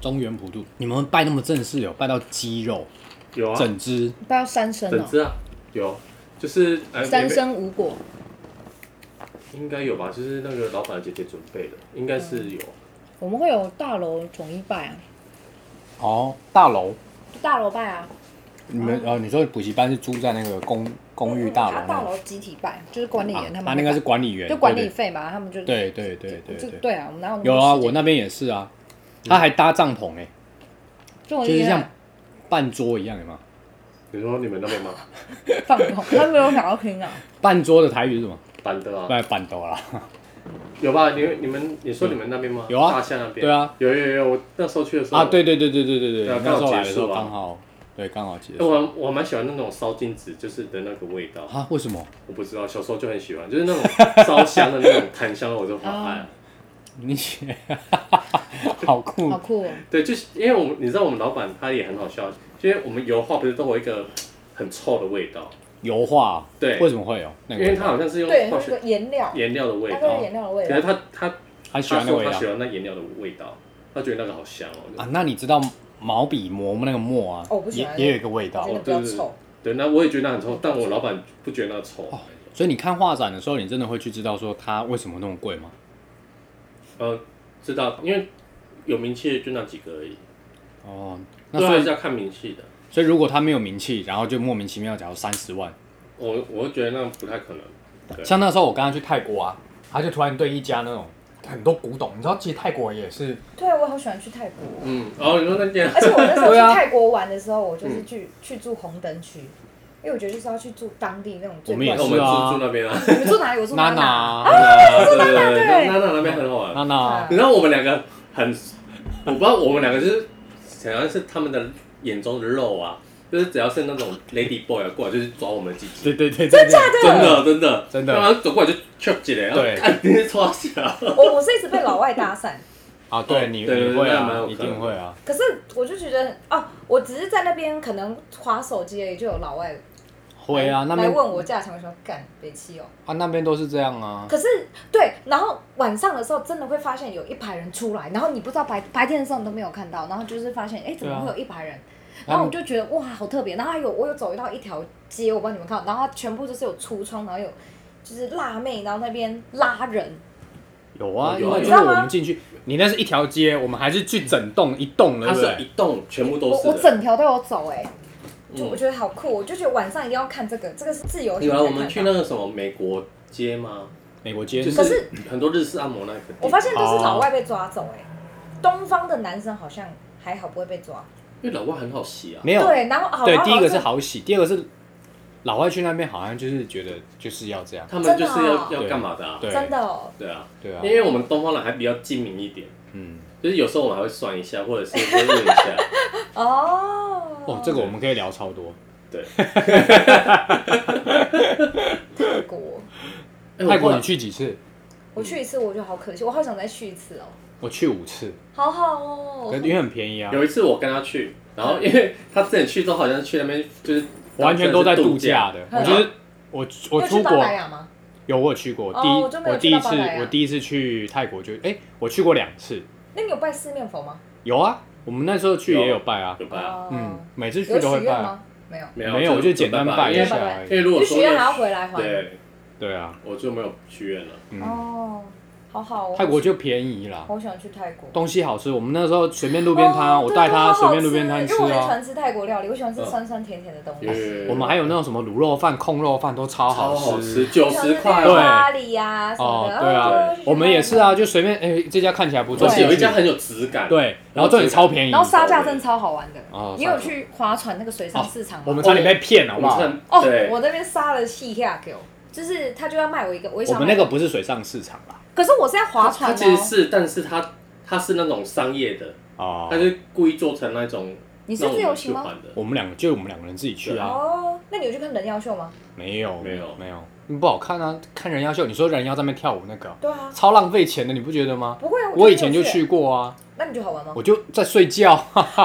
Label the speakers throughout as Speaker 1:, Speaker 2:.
Speaker 1: 中原普渡，你们拜那么正式，有拜到鸡肉
Speaker 2: 有啊，
Speaker 1: 整只，
Speaker 3: 拜到三生
Speaker 2: 整
Speaker 3: 哦，
Speaker 2: 只啊，有，就是呃，
Speaker 3: 三
Speaker 2: 没
Speaker 3: 生无果，
Speaker 2: 应该有吧，就是那个老板的姐姐准备的，应该
Speaker 1: 嗯
Speaker 2: 是有。
Speaker 3: 我们会有大楼统一拜啊，
Speaker 1: 哦，大楼。
Speaker 3: 就大楼拜啊，
Speaker 2: 嗯
Speaker 1: 你们呃，你说补习班是住在那个公公寓大楼
Speaker 3: 啊
Speaker 1: 那
Speaker 3: 大
Speaker 1: 里，
Speaker 3: 楼集体拜，就是管理员他
Speaker 1: 啊
Speaker 3: 们
Speaker 1: 他
Speaker 3: 会
Speaker 1: 那个
Speaker 3: 拜
Speaker 1: 是管理员，
Speaker 3: 就管
Speaker 1: 对
Speaker 3: 理费嘛，他们就
Speaker 1: 对对对对
Speaker 3: 就
Speaker 1: 对对，
Speaker 3: 对嗯啊，我们哪有
Speaker 1: 有啊，我
Speaker 3: 那
Speaker 1: 那边也是啊，他还搭帐篷哎，
Speaker 3: 就
Speaker 1: 就是像半桌一样，有吗？
Speaker 2: 你说你们那边吗？
Speaker 3: 放 空，他没有想要听啊，
Speaker 1: 半桌的台语是什么？
Speaker 2: 板的啊，
Speaker 1: 拜板豆啦，
Speaker 2: 有吧？你你们你说你们那边吗？
Speaker 1: 有啊
Speaker 2: 大象那边。
Speaker 1: 对啊，
Speaker 2: 有有有，我那时候去的时候
Speaker 1: 啊，，对对对对对对对，
Speaker 2: 哦对啊
Speaker 1: 那时候
Speaker 2: 刚好
Speaker 1: 来
Speaker 2: 结
Speaker 1: 的时
Speaker 2: 束
Speaker 1: 候
Speaker 2: 啊
Speaker 1: 刚好对刚好结
Speaker 2: 哎
Speaker 1: 束
Speaker 2: 我我蛮喜欢那种烧金纸，就是的那个味道。
Speaker 1: 啊，为什么？
Speaker 2: 我不知道，小时候就很喜欢，就是那种烧香的那种檀香，我就好爱啊。
Speaker 1: 你 好酷
Speaker 3: 好酷哦，
Speaker 2: 对，就是因为我们你知道我们老板他也很好笑，因为我们油画不是都有一个很臭的味道，
Speaker 1: 油画哦，
Speaker 2: 对
Speaker 1: 为什么会有那
Speaker 2: 因
Speaker 1: 个
Speaker 2: 为
Speaker 1: 味
Speaker 2: 他
Speaker 1: 道？
Speaker 2: 好像是用
Speaker 3: 对，
Speaker 2: 化
Speaker 3: 那
Speaker 2: 学
Speaker 3: 个颜料，
Speaker 2: 颜料的味
Speaker 3: 它
Speaker 1: 哦
Speaker 2: 道
Speaker 3: 跟，颜料的味
Speaker 2: 可
Speaker 3: 道
Speaker 2: 是，他他
Speaker 1: 他喜
Speaker 2: 他
Speaker 1: 欢那个
Speaker 2: 说
Speaker 1: 味
Speaker 2: 他
Speaker 1: 道
Speaker 2: 喜欢那颜料的味道，他觉得那个好香哦。
Speaker 1: 啊，那你知道毛笔磨那个墨啊
Speaker 3: 哦我不，喜
Speaker 1: 也
Speaker 3: 欢
Speaker 1: 也有一个味道
Speaker 3: 我觉，得比
Speaker 2: 哦对
Speaker 3: 较
Speaker 2: 对
Speaker 3: 臭，
Speaker 2: 对，那我也觉得那很臭，但我老板不觉得那臭。
Speaker 1: 所以你看画展的时候，你真的会去知道说它为什么那么贵吗？
Speaker 2: 呃，知道，因为有名气的就那几个而已，
Speaker 1: 哦，那所
Speaker 2: 对啊，
Speaker 1: 以
Speaker 2: 还是要看名气的。
Speaker 1: 所以如果他没有名气，然后就莫名其妙假如三十万，
Speaker 2: 我我会觉得那不太可能。对
Speaker 1: 像那时候我跟他去泰国啊，他就突然对一家那种很多古董，你知道其实泰国也是
Speaker 3: 对啊，我好喜欢去泰国。
Speaker 2: 嗯，哦，你说那件
Speaker 3: 而且我那时候
Speaker 1: 对
Speaker 3: 去
Speaker 1: 啊嗯
Speaker 3: 泰国玩的时候，我就是去、去住红灯区，因为我觉得就是要去住当地那种最
Speaker 1: 我们也
Speaker 3: 怪
Speaker 1: 是
Speaker 2: 那
Speaker 3: 的
Speaker 2: 我们
Speaker 1: 啊
Speaker 2: 住住那边啊，
Speaker 3: 你们住哪里？我住
Speaker 1: 娜
Speaker 3: 哪
Speaker 1: 娜
Speaker 3: 哪？
Speaker 1: 啊
Speaker 2: 对对对，
Speaker 3: 对
Speaker 2: 那那那边很好玩。
Speaker 1: 娜娜
Speaker 3: 啊，
Speaker 2: 你知道我们两个很，我不知道我们两个就是，好像是他们的眼中的肉啊，就是只要是那种 lady boy 啊过来就是抓我们的鸡鸡，
Speaker 1: 对对对，真假的？
Speaker 2: 真的真的
Speaker 1: 真的
Speaker 2: 然后走过来就 chop 起来，然后
Speaker 1: 对
Speaker 2: 看你是抓小，
Speaker 3: 我我是一直被老外搭讪，
Speaker 1: 啊，对你
Speaker 2: 对对对
Speaker 1: 你会
Speaker 2: 那蛮
Speaker 1: 啊，
Speaker 2: 有可能
Speaker 1: 一定会啊，
Speaker 3: 可是我就觉得哦，我只是在那边可能划手机而已，就有老外
Speaker 1: 会啊，那
Speaker 3: 来
Speaker 1: 边
Speaker 3: 问我价钱，我说干北七哦。
Speaker 1: 啊那边都是这样啊，
Speaker 3: 可是对，然后晚上的时候真的会发现有一排人出来，然后你不知道白白天的时候你都没有看到，然后就是发现哎
Speaker 2: 啊
Speaker 3: 怎么会有一排人？然后我就觉得哇好特别，然后还有我有走一到一条街，我帮你们看，然后它全部就是有橱窗，然后有就是辣妹，然后那边拉人，
Speaker 1: 有啊，因
Speaker 2: 有啊
Speaker 1: 为就
Speaker 3: 你知
Speaker 1: 是
Speaker 3: 道
Speaker 1: 我
Speaker 3: 吗
Speaker 1: 们进去，你那是一条街，我们还是去整栋一栋的，
Speaker 2: 它
Speaker 1: 对不
Speaker 2: 是
Speaker 1: 对？
Speaker 2: 一栋全部都
Speaker 3: 我
Speaker 2: 是
Speaker 3: 我
Speaker 2: 的。
Speaker 3: 整条都有走哎、就
Speaker 2: 嗯
Speaker 3: 我觉得好酷，我就觉得晚上一定要看这个，这个是自由行
Speaker 2: 有
Speaker 3: 才
Speaker 2: 啊，
Speaker 3: 看
Speaker 2: 我
Speaker 3: 到。
Speaker 2: 们去那个什么美国街吗？
Speaker 1: 美国街
Speaker 2: 就
Speaker 3: 可是
Speaker 2: 很多日式按摩那个地方。
Speaker 3: 我发现都是
Speaker 1: 哦
Speaker 3: 老外被抓走哎、东方的男生好像还好不会被抓，
Speaker 2: 因为老外很好洗啊，
Speaker 1: 没有
Speaker 3: 对，然后好
Speaker 1: 对
Speaker 3: 然，后
Speaker 1: 第一个是
Speaker 3: 像
Speaker 1: 好洗，第二个是老外去那边好像就是觉得就是要这样，
Speaker 2: 他们就是
Speaker 3: 真的
Speaker 2: 要
Speaker 3: 哦
Speaker 2: 要干嘛的啊？
Speaker 1: 对
Speaker 3: 真的哦，
Speaker 2: 对啊，
Speaker 1: 对啊
Speaker 2: 因，为我们东方人还比较精明一点，
Speaker 1: 嗯，
Speaker 2: 就是有时候我们还会算一下，或者 是会问一下。
Speaker 3: 哦，
Speaker 1: 哦，这个我们可以聊超多。
Speaker 2: 对，
Speaker 3: 泰国，
Speaker 2: 哎
Speaker 1: 泰国
Speaker 2: 我
Speaker 1: 你去几次？
Speaker 3: 我去一次我觉得好可惜，我好想再去一次哦，
Speaker 1: 我去五次，
Speaker 3: 好好哦
Speaker 1: 可，因为很便宜啊，
Speaker 2: 有一次我跟他去，然
Speaker 3: 嗯
Speaker 2: 后因为他之前去都好像去那边就是
Speaker 1: 完全都在度假
Speaker 2: 假，
Speaker 1: 的。
Speaker 3: 嗯
Speaker 1: 我就是我
Speaker 3: 你
Speaker 1: 我
Speaker 3: 有
Speaker 1: 出
Speaker 3: 去巴达
Speaker 1: 国
Speaker 3: 雅吗？
Speaker 1: 有我有去过，
Speaker 3: 哦
Speaker 1: 第一
Speaker 3: 我就没有
Speaker 1: 我第一次
Speaker 3: 去到巴达雅啊
Speaker 1: 我第一次去泰国就哎我去过两次，
Speaker 3: 那你有拜四面佛吗？
Speaker 1: 有啊，我们那时候去
Speaker 2: 有
Speaker 1: 也有拜啊，
Speaker 2: 有吧？
Speaker 3: 哦
Speaker 1: 嗯，，每次去
Speaker 3: 有
Speaker 1: 都会
Speaker 3: 许
Speaker 1: 拜
Speaker 3: 愿
Speaker 1: 啊，
Speaker 3: 吗？没有，
Speaker 2: 没有
Speaker 1: 没有我就简单拜
Speaker 2: 因
Speaker 1: 一
Speaker 2: 为
Speaker 1: 下
Speaker 3: 拜拜
Speaker 1: 而
Speaker 2: 因为
Speaker 1: 已。
Speaker 2: 如果
Speaker 3: 就
Speaker 2: 说
Speaker 3: 许愿还要回来还，
Speaker 2: 对，
Speaker 1: 对啊，
Speaker 2: 我就没有许愿了。
Speaker 1: 嗯，
Speaker 3: 哦，好好哦，
Speaker 1: 泰国就便宜啦，
Speaker 3: 我想去泰国。
Speaker 1: 东西好吃。我们那时候随便路边摊，啊
Speaker 3: 哦
Speaker 1: 我
Speaker 3: 对
Speaker 1: 带他
Speaker 3: 好好
Speaker 1: 随便路边摊
Speaker 3: 吃欸
Speaker 1: 吃
Speaker 3: 因为我很喜
Speaker 1: 啊。嗯
Speaker 3: 欢吃泰国料理，我喜欢吃酸酸甜甜的东西。
Speaker 2: 有有有
Speaker 1: 我们还有那种什么卤肉饭、控肉饭都超
Speaker 2: 超
Speaker 1: 好
Speaker 2: 好
Speaker 1: 吃。
Speaker 2: 吃，九十块
Speaker 1: 对
Speaker 2: 哦。
Speaker 3: 咖喱呀什么
Speaker 1: 哦
Speaker 3: 的。，
Speaker 1: 对啊
Speaker 3: 就，
Speaker 1: 我们也是啊，。就随便哎，这家看起来不错，
Speaker 2: 而且有一
Speaker 1: 进去
Speaker 2: 家很有质感，
Speaker 1: 对，然后这里超便宜，
Speaker 3: 然后杀价真的超好玩的
Speaker 1: 哦，
Speaker 3: 你有去划船那个水上市场吗？
Speaker 1: 我们差点被骗，好
Speaker 2: 我
Speaker 1: 不
Speaker 2: 们
Speaker 1: 好？
Speaker 2: 看，
Speaker 3: 哦
Speaker 2: 对，，
Speaker 3: 我那边杀了细下给我，就是他就要卖我一个，我也
Speaker 1: 我
Speaker 3: 想
Speaker 1: 们那
Speaker 3: 买
Speaker 1: 个，不是水上市场啦，
Speaker 3: 可是我是要划
Speaker 2: 它
Speaker 3: 船哦
Speaker 2: 其实是，但是它它是那种商业的，
Speaker 1: 哦
Speaker 2: 它是故意做成那种
Speaker 3: 你是
Speaker 2: 让我
Speaker 3: 自由
Speaker 2: 们去
Speaker 3: 行吗
Speaker 2: 玩的。
Speaker 1: 我们两个就我们两个人自己去啊，
Speaker 3: 哦，那你有去看人妖秀吗？
Speaker 1: 没有
Speaker 2: 没有
Speaker 1: 没有，不好看啊！看人妖秀，你说人妖在那边跳舞那个，
Speaker 3: 对啊，
Speaker 1: 超浪费钱的，你不觉得吗？
Speaker 3: 不会啊，
Speaker 1: 我以前就
Speaker 3: 没有去，
Speaker 1: 去过啊，
Speaker 3: 那你觉得好玩吗？
Speaker 1: 我就在睡觉，
Speaker 3: 哦，真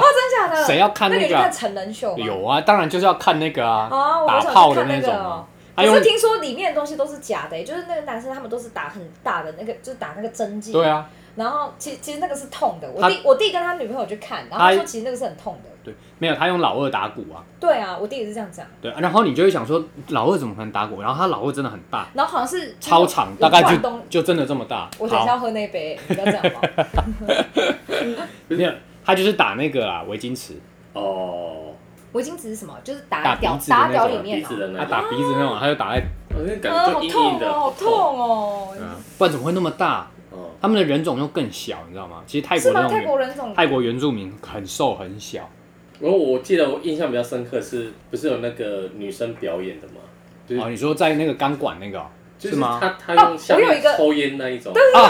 Speaker 3: 的假的？
Speaker 1: 谁要看
Speaker 3: 那
Speaker 1: 那
Speaker 3: 你有去
Speaker 1: 个啊
Speaker 3: 看？成人秀吗？
Speaker 1: 有啊，当然就是要看那个
Speaker 3: 哦
Speaker 1: 啊，
Speaker 3: 我
Speaker 1: 打
Speaker 3: 想去
Speaker 1: 炮的
Speaker 3: 看那
Speaker 1: 种
Speaker 3: 个
Speaker 1: 啊
Speaker 3: 哦。
Speaker 1: 还
Speaker 3: 可
Speaker 1: 有
Speaker 3: 是听说里面的东西都是假的、欸，就是那个男生他们都是打很大的那个，就是打那个针剂。
Speaker 1: 对啊，
Speaker 3: 然后其其实那个是痛的，我
Speaker 1: 他
Speaker 3: 弟我弟跟他女朋友去看，然后他
Speaker 1: 他
Speaker 3: 说其实那个是很痛的。
Speaker 1: 对，没有他用老二打鼓啊，
Speaker 3: 对啊，我弟也是这样讲。
Speaker 1: 对，然后你就会想说老二怎么可能打鼓？然后他老二真的很大，
Speaker 3: 然后好像是
Speaker 1: 超长，大
Speaker 3: 有
Speaker 1: 概
Speaker 3: 灌
Speaker 1: 就
Speaker 3: 东
Speaker 1: 就真的这么大。
Speaker 3: 我等一下
Speaker 1: 好，
Speaker 3: 要喝那杯，你不要这样哦 嘛。
Speaker 1: 没有，他就是打那个啊啦，围巾尺，
Speaker 2: 哦，
Speaker 3: 围巾只是什么？就是
Speaker 1: 打
Speaker 3: 打
Speaker 1: 鼻
Speaker 3: 屌
Speaker 1: 子的
Speaker 3: 打
Speaker 1: 那
Speaker 3: 屌
Speaker 1: 种
Speaker 3: 里
Speaker 1: 啊
Speaker 3: 面
Speaker 2: 鼻子的
Speaker 3: 哦。
Speaker 1: 他
Speaker 2: 那
Speaker 1: 打
Speaker 2: 种，
Speaker 1: 鼻子那种，他就打在，
Speaker 2: 我就感
Speaker 3: 啊，
Speaker 2: 觉
Speaker 3: 好
Speaker 2: 就硬硬
Speaker 3: 痛
Speaker 2: 的，嗯
Speaker 3: 哦，好痛
Speaker 2: 痛。
Speaker 3: 哦！
Speaker 1: 嗯不然怎么会那么大？
Speaker 2: 嗯，
Speaker 1: 他们的人种又更小，你知道吗？其实泰
Speaker 3: 是
Speaker 1: 国
Speaker 3: 吗？
Speaker 1: 那种
Speaker 3: 泰国
Speaker 1: 原
Speaker 3: 人种
Speaker 1: 泰国原住民很瘦很小，
Speaker 2: 然后我记得我印象比较深刻是，不是有那个女生表演的吗？就是
Speaker 1: 哦，你说在那个钢管那个哦、
Speaker 2: 就是
Speaker 1: 吗？
Speaker 2: 他他
Speaker 3: 哦
Speaker 2: 用下
Speaker 3: 我有一
Speaker 2: 面
Speaker 3: 个
Speaker 2: 抽烟那一种，
Speaker 1: 啊，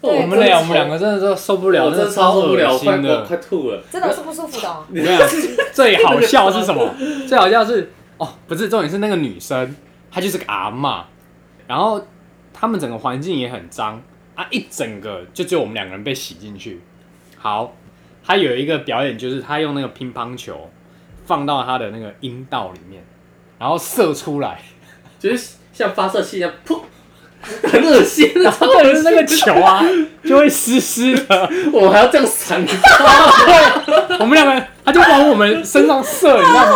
Speaker 3: 对
Speaker 1: 我们
Speaker 3: 真的
Speaker 1: 俩
Speaker 3: 是
Speaker 1: 我们两个真的都受不了，
Speaker 2: 我真
Speaker 1: 的
Speaker 2: 的超受不了，
Speaker 1: 恶
Speaker 2: 我快
Speaker 1: 心
Speaker 2: 我
Speaker 1: 的。
Speaker 2: 快吐了。
Speaker 3: 真的是不舒服的哦。
Speaker 1: 我跟你 讲，最好笑是什么？最好笑是哦，不是重点是那个女生，她就是个阿嬷，然后他们整个环境也很脏啊，一整个就只有我们两个人被洗进去。好，她有一个表演，就是她用那个乒乓球放到她的那个阴道里面，然后射出来，
Speaker 2: 就是像发射器一样，噗， 很恶心。
Speaker 1: 然后就是那个球啊就会湿湿的，
Speaker 2: 我还要这 样闪，
Speaker 1: 我们两个她就往我们身上射，你知 道吗？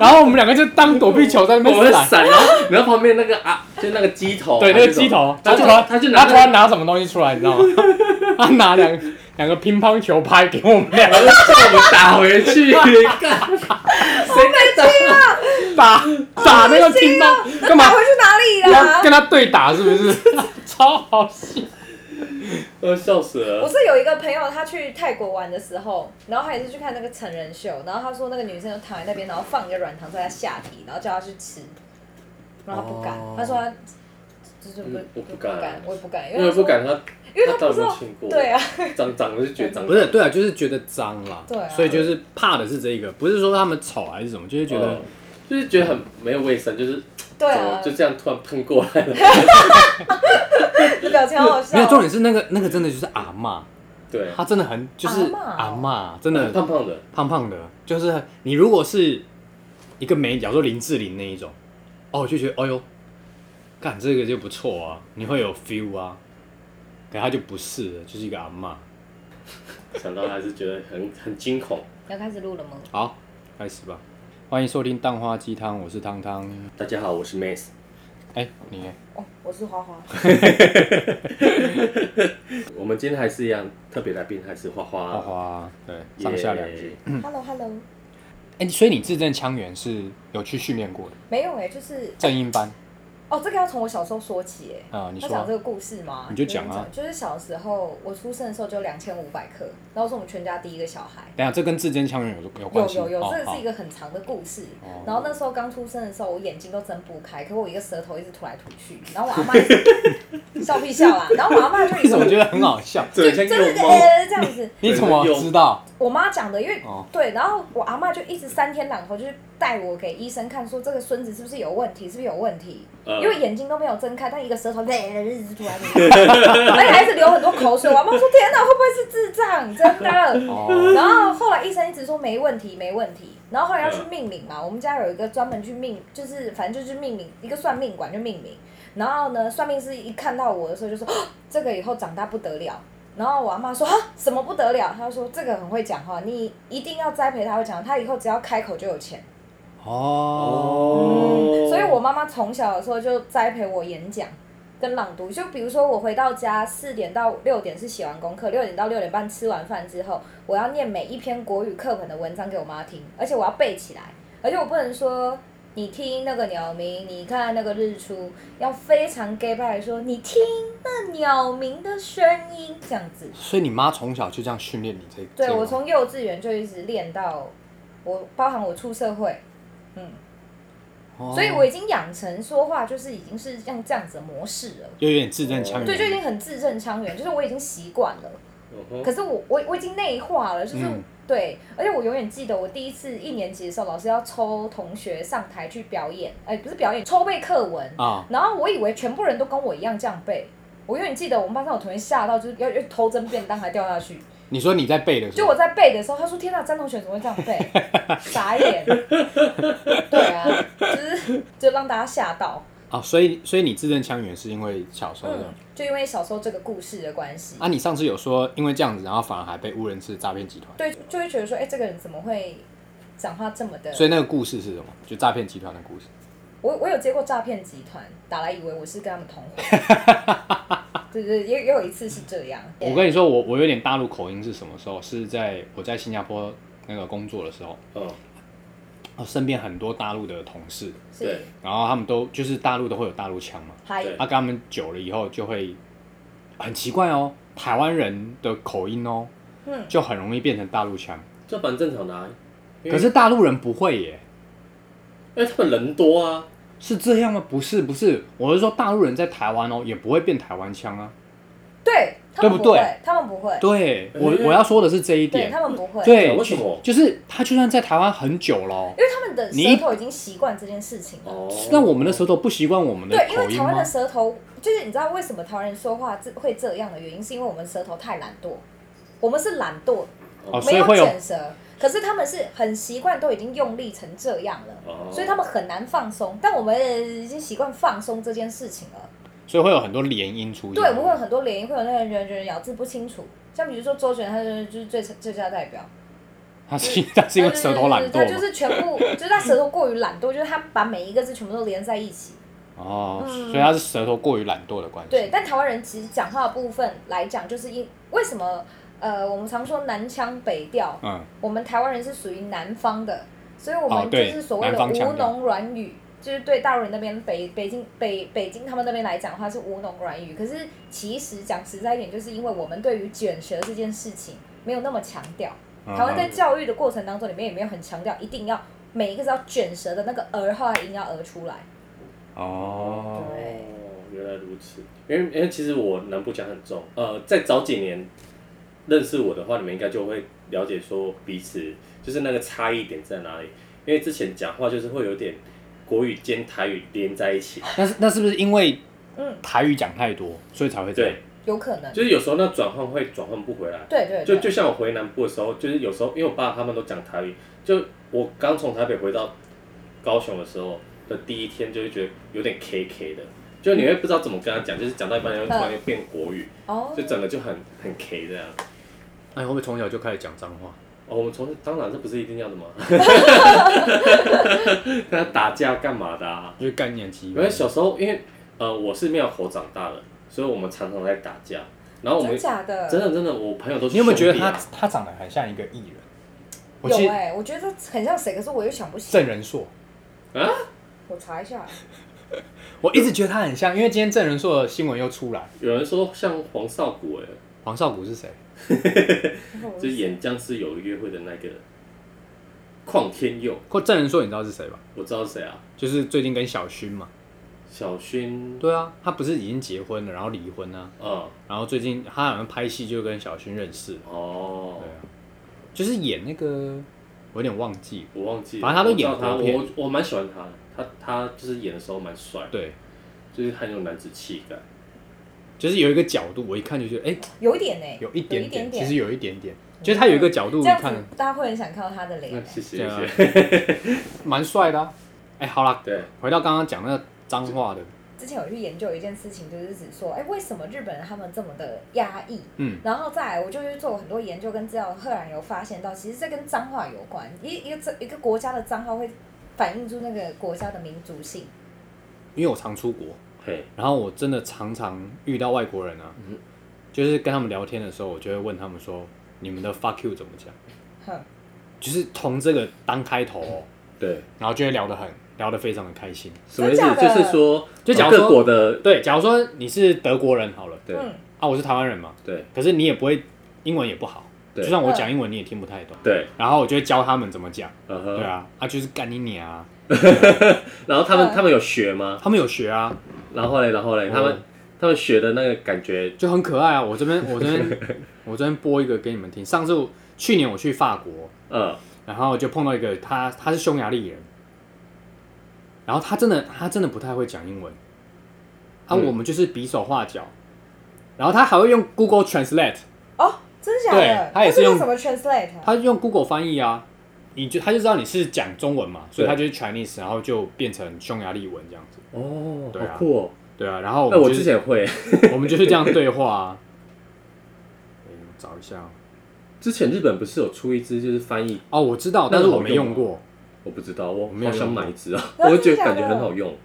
Speaker 1: 然后我们两个就当躲避球在那
Speaker 2: 哦我
Speaker 1: 边
Speaker 2: 们
Speaker 1: 闪。
Speaker 2: 闪，然后然后旁边那个啊，就那个鸡头，
Speaker 1: 对，那个
Speaker 2: 还是什么
Speaker 1: 鸡头，
Speaker 2: 他
Speaker 1: 他
Speaker 2: 就
Speaker 1: 突然
Speaker 2: 他就
Speaker 1: 他
Speaker 2: 拿
Speaker 1: 突然拿什么东西出来，你知道吗？ 他拿两两个乒乓球拍给我们两
Speaker 2: 然后
Speaker 1: 个
Speaker 2: 叫我们打 回去，干，谁在打？
Speaker 1: 打打那个乒乓，干嘛
Speaker 3: 哦打回去哪里
Speaker 1: 要跟
Speaker 3: 啦？
Speaker 1: 他对打？是不是？ 超好笑。
Speaker 2: 我笑死
Speaker 3: 我
Speaker 2: 了。
Speaker 3: 是有一个朋友，他去泰国玩的时候，然后他也是去看那个成人秀，然后他说那个女生就躺在那边，然后放一个软糖在他下体，然后叫他去吃，然后他不敢，
Speaker 1: 哦
Speaker 3: 他说他就是不
Speaker 2: 嗯我不
Speaker 3: 不
Speaker 2: 敢
Speaker 3: 敢，我也不敢，因
Speaker 2: 因为
Speaker 3: 为
Speaker 2: 不，敢他，
Speaker 3: 因为
Speaker 2: 他
Speaker 3: 他
Speaker 2: 到
Speaker 3: 不
Speaker 2: 底
Speaker 3: 知
Speaker 2: 有没
Speaker 3: 道
Speaker 2: 有，亲过？
Speaker 3: 对，啊，
Speaker 2: 长长的就觉得长
Speaker 1: 不是，对啊，就是觉得脏啦，
Speaker 3: 对啊
Speaker 1: 所以就是怕的是这个，不是说他们丑还是什么，就是觉得
Speaker 2: 嗯就是觉得很没有卫生，就是
Speaker 3: 对
Speaker 2: 怎么
Speaker 3: 啊
Speaker 2: 就，这样突然喷过来了？
Speaker 3: 你表情好好笑。哦
Speaker 1: 没有重点是那个那个真的就是阿嬷，
Speaker 2: 对，
Speaker 1: 她真的很就是
Speaker 3: 阿
Speaker 1: 阿
Speaker 3: 嬷哦
Speaker 1: 嬷，真的
Speaker 2: 胖胖的，
Speaker 1: 胖胖的，就是你如果是一个美，假如说林志玲那一种，哦，我就觉得哎呦，干这个就不错啊，你会有 feel 啊。可她就不是了，就是一个阿嬷。
Speaker 2: 想到还是觉得很很惊恐。
Speaker 3: 要开始录了吗？
Speaker 1: 好，开始吧。欢迎收听《蛋花鸡汤》，我是汤汤。
Speaker 2: 大家好，我是 Mace。
Speaker 1: 哎、你耶
Speaker 3: 哦，我是花花，
Speaker 2: 我们今天还是一样，特别来宾还是花花，
Speaker 1: 花花，对，上下两句。
Speaker 2: 耶。
Speaker 3: Hello Hello，
Speaker 1: 哎、所以你字正腔圆是有去训练过的，
Speaker 3: 没有哎、就是
Speaker 1: 正音班
Speaker 3: 哦，这个要从我小时候说起哎、
Speaker 1: 啊、你
Speaker 3: 要
Speaker 1: 说啊
Speaker 3: 讲这个故事吗？
Speaker 1: 你就讲啊
Speaker 3: 就是小时候我出生的时候就两千五百克，然后是我们全家第一个小孩。
Speaker 1: 等一下这跟字正腔圆有有
Speaker 3: 有
Speaker 1: 关系？
Speaker 3: 有有，
Speaker 1: 哦
Speaker 3: 这是一
Speaker 1: 个。
Speaker 3: 个很长的故事。
Speaker 1: 哦
Speaker 3: 然后那时候刚出生的时候，我眼睛都睁不开，可我一个舌头一直吐来吐去。然后我阿妈 笑屁笑 啦，然后我阿妈就一
Speaker 1: 为
Speaker 3: 直
Speaker 1: 什么觉得很好笑？
Speaker 2: 嘴
Speaker 3: 就
Speaker 2: 像
Speaker 3: 真的
Speaker 2: 幼
Speaker 3: 是
Speaker 2: 猫，
Speaker 3: 呃这样子。
Speaker 1: 你怎么知道？
Speaker 3: 我妈讲的，因为、
Speaker 1: 哦
Speaker 3: 对，然后我阿妈就一直三天两头就是带我给医生看，说这个孙子是不是有问题，是不是有问题？
Speaker 2: 呃
Speaker 3: 因为眼睛都没有睁开，但一个舌 头一直吐来吐去，而且还是流很多口水。我阿妈说：“天哪，会不会是智障？真的？”
Speaker 1: 哦，
Speaker 3: 然后后来医生一直说没问题，没问题。然后后来要去命名嘛，我们家有一个专门去命，就是反正就是命名一个算命馆就命名。然后呢，算命师一看到我的时候就说：“哦这个以后长大不得了。”然后我阿妈说：“啊，什么不得了？”她说：“这个很会讲话，你一定要栽培他会讲话，他以后只要开口就有钱。”
Speaker 1: 哦，
Speaker 3: 所以我妈妈从小的时候就栽培我演讲跟朗读，就比如说我回到家四点到六点是写完功课，六点到六点半吃完饭之后，我要念每一篇国语课本的文章给我妈听，而且我要背起来，而且我不能说。你听那个鸟鸣，你看那个日出，要非常 gay 拜地说，你听那鸟鸣的声音，这样子。
Speaker 1: 所以你妈从小就这样训练你这个？这
Speaker 3: 对
Speaker 1: 个
Speaker 3: 我
Speaker 1: 吗
Speaker 3: 从幼稚园就一直练到我，包含我出社会，嗯，
Speaker 1: 哦
Speaker 3: 所以我已经养成说话就是已经是像这样子的模式了，
Speaker 1: 有点字正腔圆。
Speaker 3: 对，就已经很字正腔圆，就是我已经习惯了。
Speaker 2: 嗯哼
Speaker 3: 可是我我我已经内化了，就是、
Speaker 1: 嗯
Speaker 3: 对，而且我永远记得我第一次一年级的时候，老师要抽同学上台去表演，哎、不是表演，抽背课文，
Speaker 1: 啊，
Speaker 3: 然后我以为全部人都跟我一样这样背。我永远记得我们班上有同学吓到，就是要要偷蒸便当还掉下去。
Speaker 1: 你说你在背的时
Speaker 3: 就
Speaker 1: 候
Speaker 3: 我，在背的时候，他说：“天哪，张同学怎么会这样 背？”傻眼。对啊，就是就让大家吓到。
Speaker 1: 啊，所以所以你字正腔圆是因为小时候这
Speaker 3: 嗯
Speaker 1: 样，，
Speaker 3: 就因为小时候这个故事的关系，
Speaker 1: 啊，你上次有说因为这样子，然后反而还被误认是诈骗集团，
Speaker 3: 对，就会觉得说，哎、这个人怎么会讲话这么的？
Speaker 1: 所以那个故事是什么？就诈骗集团的故事。
Speaker 3: 我我有接过诈骗集团打来，以为我是跟他们同伙。 对对，也也有一次是这样。
Speaker 1: 嗯我跟你说，我我有点大陆口音是什么时候？是在我在新加坡那个工作的时候，
Speaker 2: 嗯，
Speaker 1: 我身边很多大陆的同事，
Speaker 3: 是
Speaker 1: 然后他们都就是大陆都会有大陆腔嘛，
Speaker 3: 嗨，
Speaker 2: 对
Speaker 1: 啊，跟他们久了以后就会很奇怪哦，台湾人的口音哦，
Speaker 3: 嗯，
Speaker 1: 就很容易变成大陆腔。
Speaker 2: 这蛮正常的啊。因为
Speaker 1: 可是大陆人不会耶，
Speaker 2: 因为他们人多啊，
Speaker 1: 是这样吗？不是，不是，我是说大陆人在台湾哦，也不会变台湾腔啊。
Speaker 3: 对，他们
Speaker 1: 对不
Speaker 3: 会
Speaker 1: 对？
Speaker 3: 他们不会，
Speaker 1: 对我
Speaker 2: 嗯
Speaker 1: 我要说的是这一
Speaker 3: 对
Speaker 1: 点，
Speaker 3: 他们不会，
Speaker 1: 对，
Speaker 2: 为什么
Speaker 1: 就是他就算在台湾很久了哦，
Speaker 3: 因为他们的
Speaker 1: 你
Speaker 3: 舌头已经习惯这件事情了。
Speaker 2: 哦，
Speaker 1: 那我们的舌头不习惯我们的
Speaker 3: 对，因
Speaker 1: 口
Speaker 3: 为
Speaker 1: 音
Speaker 3: 台湾
Speaker 1: 吗
Speaker 3: 的？舌头，就是你知道为什么台湾人说话这会这样的原因，是因为我们舌头太懒惰，我们是懒惰，
Speaker 1: 哦，所
Speaker 3: 没
Speaker 1: 以会有
Speaker 3: 卷舌。可是他们是很习惯，都已经用力成这样了，
Speaker 2: 哦
Speaker 3: 所以他们很难放松。但我们呃已经习惯放松这件事情了。
Speaker 1: 所以会有很多连音出现。
Speaker 3: 对，我们会有很多联谊，会有那个人人咬字不清楚。像比如说周杰伦，他就是就是最最佳代表，
Speaker 1: 他是他是因为舌头懒
Speaker 3: 他
Speaker 1: 惰
Speaker 3: 就
Speaker 1: 嘛。
Speaker 3: 是全部，就是他舌头过于懒惰，就是他把每一个字全部都连在一起。
Speaker 1: 哦，
Speaker 3: 嗯
Speaker 1: 所以他是舌头过于懒惰的关系。
Speaker 3: 对，但台湾人其实讲话的部分来讲，就是因为什么？呃，我们常说南腔北调，
Speaker 1: 嗯，
Speaker 3: 我们台湾人是属于南方的，所以我
Speaker 1: 哦
Speaker 3: 们就
Speaker 1: 对
Speaker 3: 是所谓的
Speaker 1: 南方腔
Speaker 3: 吴
Speaker 1: 调
Speaker 3: 侬软语，就是对大陆人那边北北京北北京他们那边来讲的话是吴侬软语。可是其实讲实在一点，就是因为我们对于卷舌这件事情没有那么强调，
Speaker 1: 嗯
Speaker 3: 台湾在教育的过程当中里面也没有很强调一定要每一个字要卷舌的那个儿化音要儿出来。
Speaker 1: 哦，
Speaker 3: 对
Speaker 2: 原来如此。因为因为其实我南部腔很重，呃，在早几年认识我的话，你们应该就会了解说彼此就是那个差异点在哪里。因为之前讲话就是会有点国语兼台语连在一起，
Speaker 1: 那是那是不是因为
Speaker 3: 嗯，
Speaker 1: 台语讲太多，所以才会这样
Speaker 2: 对？，
Speaker 3: 有可能。
Speaker 2: 就是有时候那转换会转换不回来。
Speaker 3: 对对
Speaker 2: 就
Speaker 3: 对，
Speaker 2: 就像我回南部的时候，就是有时候因为我爸他们都讲台语，就我刚从台北回到高雄的时候的第一天，就会觉得有点 K K 的，就你会不知道怎么跟他讲，就是讲到一半就突
Speaker 1: 嗯
Speaker 2: 然间变国语，
Speaker 3: 哦，
Speaker 2: 就整个就很很 K 这样。
Speaker 1: 哎，会不会从小就开始讲脏话？
Speaker 2: 哦，我们从当然这不是一定要 的嘛，跟他打架干嘛的啊？
Speaker 1: 就是概念机。
Speaker 2: 因为小时候因为呃我是庙口长大的，所以我们常常在打架，然后我
Speaker 3: 真
Speaker 2: 们
Speaker 3: 假的？
Speaker 2: 真的真的我朋友都是
Speaker 1: 你有没有觉得
Speaker 2: 兄弟啊
Speaker 1: 他他长得很像一个艺人？我记
Speaker 3: 有
Speaker 1: 得
Speaker 3: 哎、我觉得很像谁，可是我又想不起。
Speaker 1: 郑仁硕，
Speaker 2: 啊？
Speaker 3: 我查一下，
Speaker 1: 我一直觉得他很像，因为今天郑仁硕的新闻又出来。
Speaker 2: 有人说像黄少谷哎、
Speaker 1: 黄少谷是谁？
Speaker 2: 就是演僵尸有约会的那个邝天佑，
Speaker 1: 或郑仁硕你知道是谁吧？
Speaker 2: 我知道是谁啊，
Speaker 1: 就是最近跟小薰嘛。
Speaker 2: 小薰，
Speaker 1: 对啊，他不是已经结婚了，然后离婚啊，
Speaker 2: 嗯，
Speaker 1: 然后最近他好像拍戏就跟小薰认识了。
Speaker 2: 哦
Speaker 1: 对，啊，就是演那个，我有点忘记。
Speaker 2: 我忘记了，
Speaker 1: 反正他都
Speaker 2: 我知道
Speaker 1: 演
Speaker 2: 他，
Speaker 1: 国片
Speaker 2: 我我蛮喜欢他的，他他就是演的时候蛮帅，，
Speaker 1: 对，
Speaker 2: 就是很有男子气概，
Speaker 1: 就是有一个角度，我一看就觉得，哎、
Speaker 3: 有一点呢、
Speaker 1: 有一点
Speaker 3: 点，
Speaker 1: 其实有一点点，就是他有一个角度，
Speaker 3: 这
Speaker 1: 你
Speaker 3: 样子
Speaker 1: 看
Speaker 3: 大家会很想看到他的脸、
Speaker 2: 那
Speaker 3: 欸。
Speaker 2: 谢谢
Speaker 1: 对啊
Speaker 2: 谢 谢，
Speaker 1: 蛮帅的、啊。哎、好啦，
Speaker 2: 对，
Speaker 1: 回到刚刚讲那个脏话的，
Speaker 3: 之前有去研究一件事情，就是指说，哎、为什么日本人他们这么的压抑？
Speaker 1: 嗯，
Speaker 3: 然后再来，我就去做很多研究跟资料，赫然有发现到，其实这跟脏话有关。一一个这一个国家的脏话会反映出那个国家的民族性。
Speaker 1: 因为我常出国，
Speaker 2: 嘿，
Speaker 1: 然后我真的常常遇到外国人啊，
Speaker 2: 嗯
Speaker 1: 就是跟他们聊天的时候，我就会问他们说，你们的 fuck you 怎么讲？
Speaker 3: 哼，
Speaker 1: 就是从这个当开头、哦，
Speaker 2: 对，
Speaker 1: 然后就会聊得很聊得非常的开心。
Speaker 2: 什么意思？
Speaker 3: 真假
Speaker 2: 就
Speaker 3: 的
Speaker 2: 是说，
Speaker 1: 就假
Speaker 2: 讲
Speaker 1: 如说
Speaker 2: 哦各国的，
Speaker 1: 对，假如说你是德国人好了，
Speaker 2: 对
Speaker 3: 嗯，
Speaker 1: 啊，我是台湾人嘛，
Speaker 2: 对
Speaker 1: 可是你也不会英文也不好，就
Speaker 2: 对
Speaker 1: 算我讲英文你也听不太懂，
Speaker 2: 对，
Speaker 1: 然后我就会教他们怎么讲，
Speaker 2: 嗯
Speaker 1: 对
Speaker 2: 哼，
Speaker 1: 啊，啊就是干你娘啊，
Speaker 2: 然后他们
Speaker 3: 嗯
Speaker 2: 他们有学吗？
Speaker 1: 他们有学啊，
Speaker 2: 然后嘞，然后嘞，他
Speaker 1: 嗯
Speaker 2: 们他们学的那个感觉，
Speaker 1: 就很可爱啊，我这 边我这边我这边播一个给你们听，上次我去年我去法国，
Speaker 2: 嗯，
Speaker 1: 然后就碰到一个他他是匈牙利人，然后他真的他真的不太会讲英文，啊，
Speaker 2: 嗯
Speaker 1: 我们就是比手画脚，然后他还会用 Google Translate。
Speaker 3: 哦，真假的
Speaker 1: 对？他也是用
Speaker 3: 什么 translate？啊
Speaker 1: 他用 Google 翻译啊，你就他就知道你是讲中文嘛，所以
Speaker 2: 对
Speaker 1: 他就是 Chinese，然后就变成匈牙利文这样子。
Speaker 2: 哦，
Speaker 1: 对啊
Speaker 2: 好酷哦，
Speaker 1: 对啊，然后我
Speaker 2: 那
Speaker 1: 们
Speaker 2: 我
Speaker 1: 就
Speaker 2: 之
Speaker 1: 是
Speaker 2: 前会，
Speaker 1: 我们就是这样对话、啊。哎我找一下哦
Speaker 2: 之前日本不是有出一支就是翻译，
Speaker 1: 哦，我知道，
Speaker 2: 那
Speaker 1: 但
Speaker 2: 是
Speaker 1: 是
Speaker 2: 我
Speaker 1: 我没用过。
Speaker 2: 我不知道，我
Speaker 1: 我没有
Speaker 2: 好想
Speaker 1: 用过
Speaker 2: 买一支啊，
Speaker 3: 真的
Speaker 2: 我觉得
Speaker 3: 假的
Speaker 2: 感觉很好用，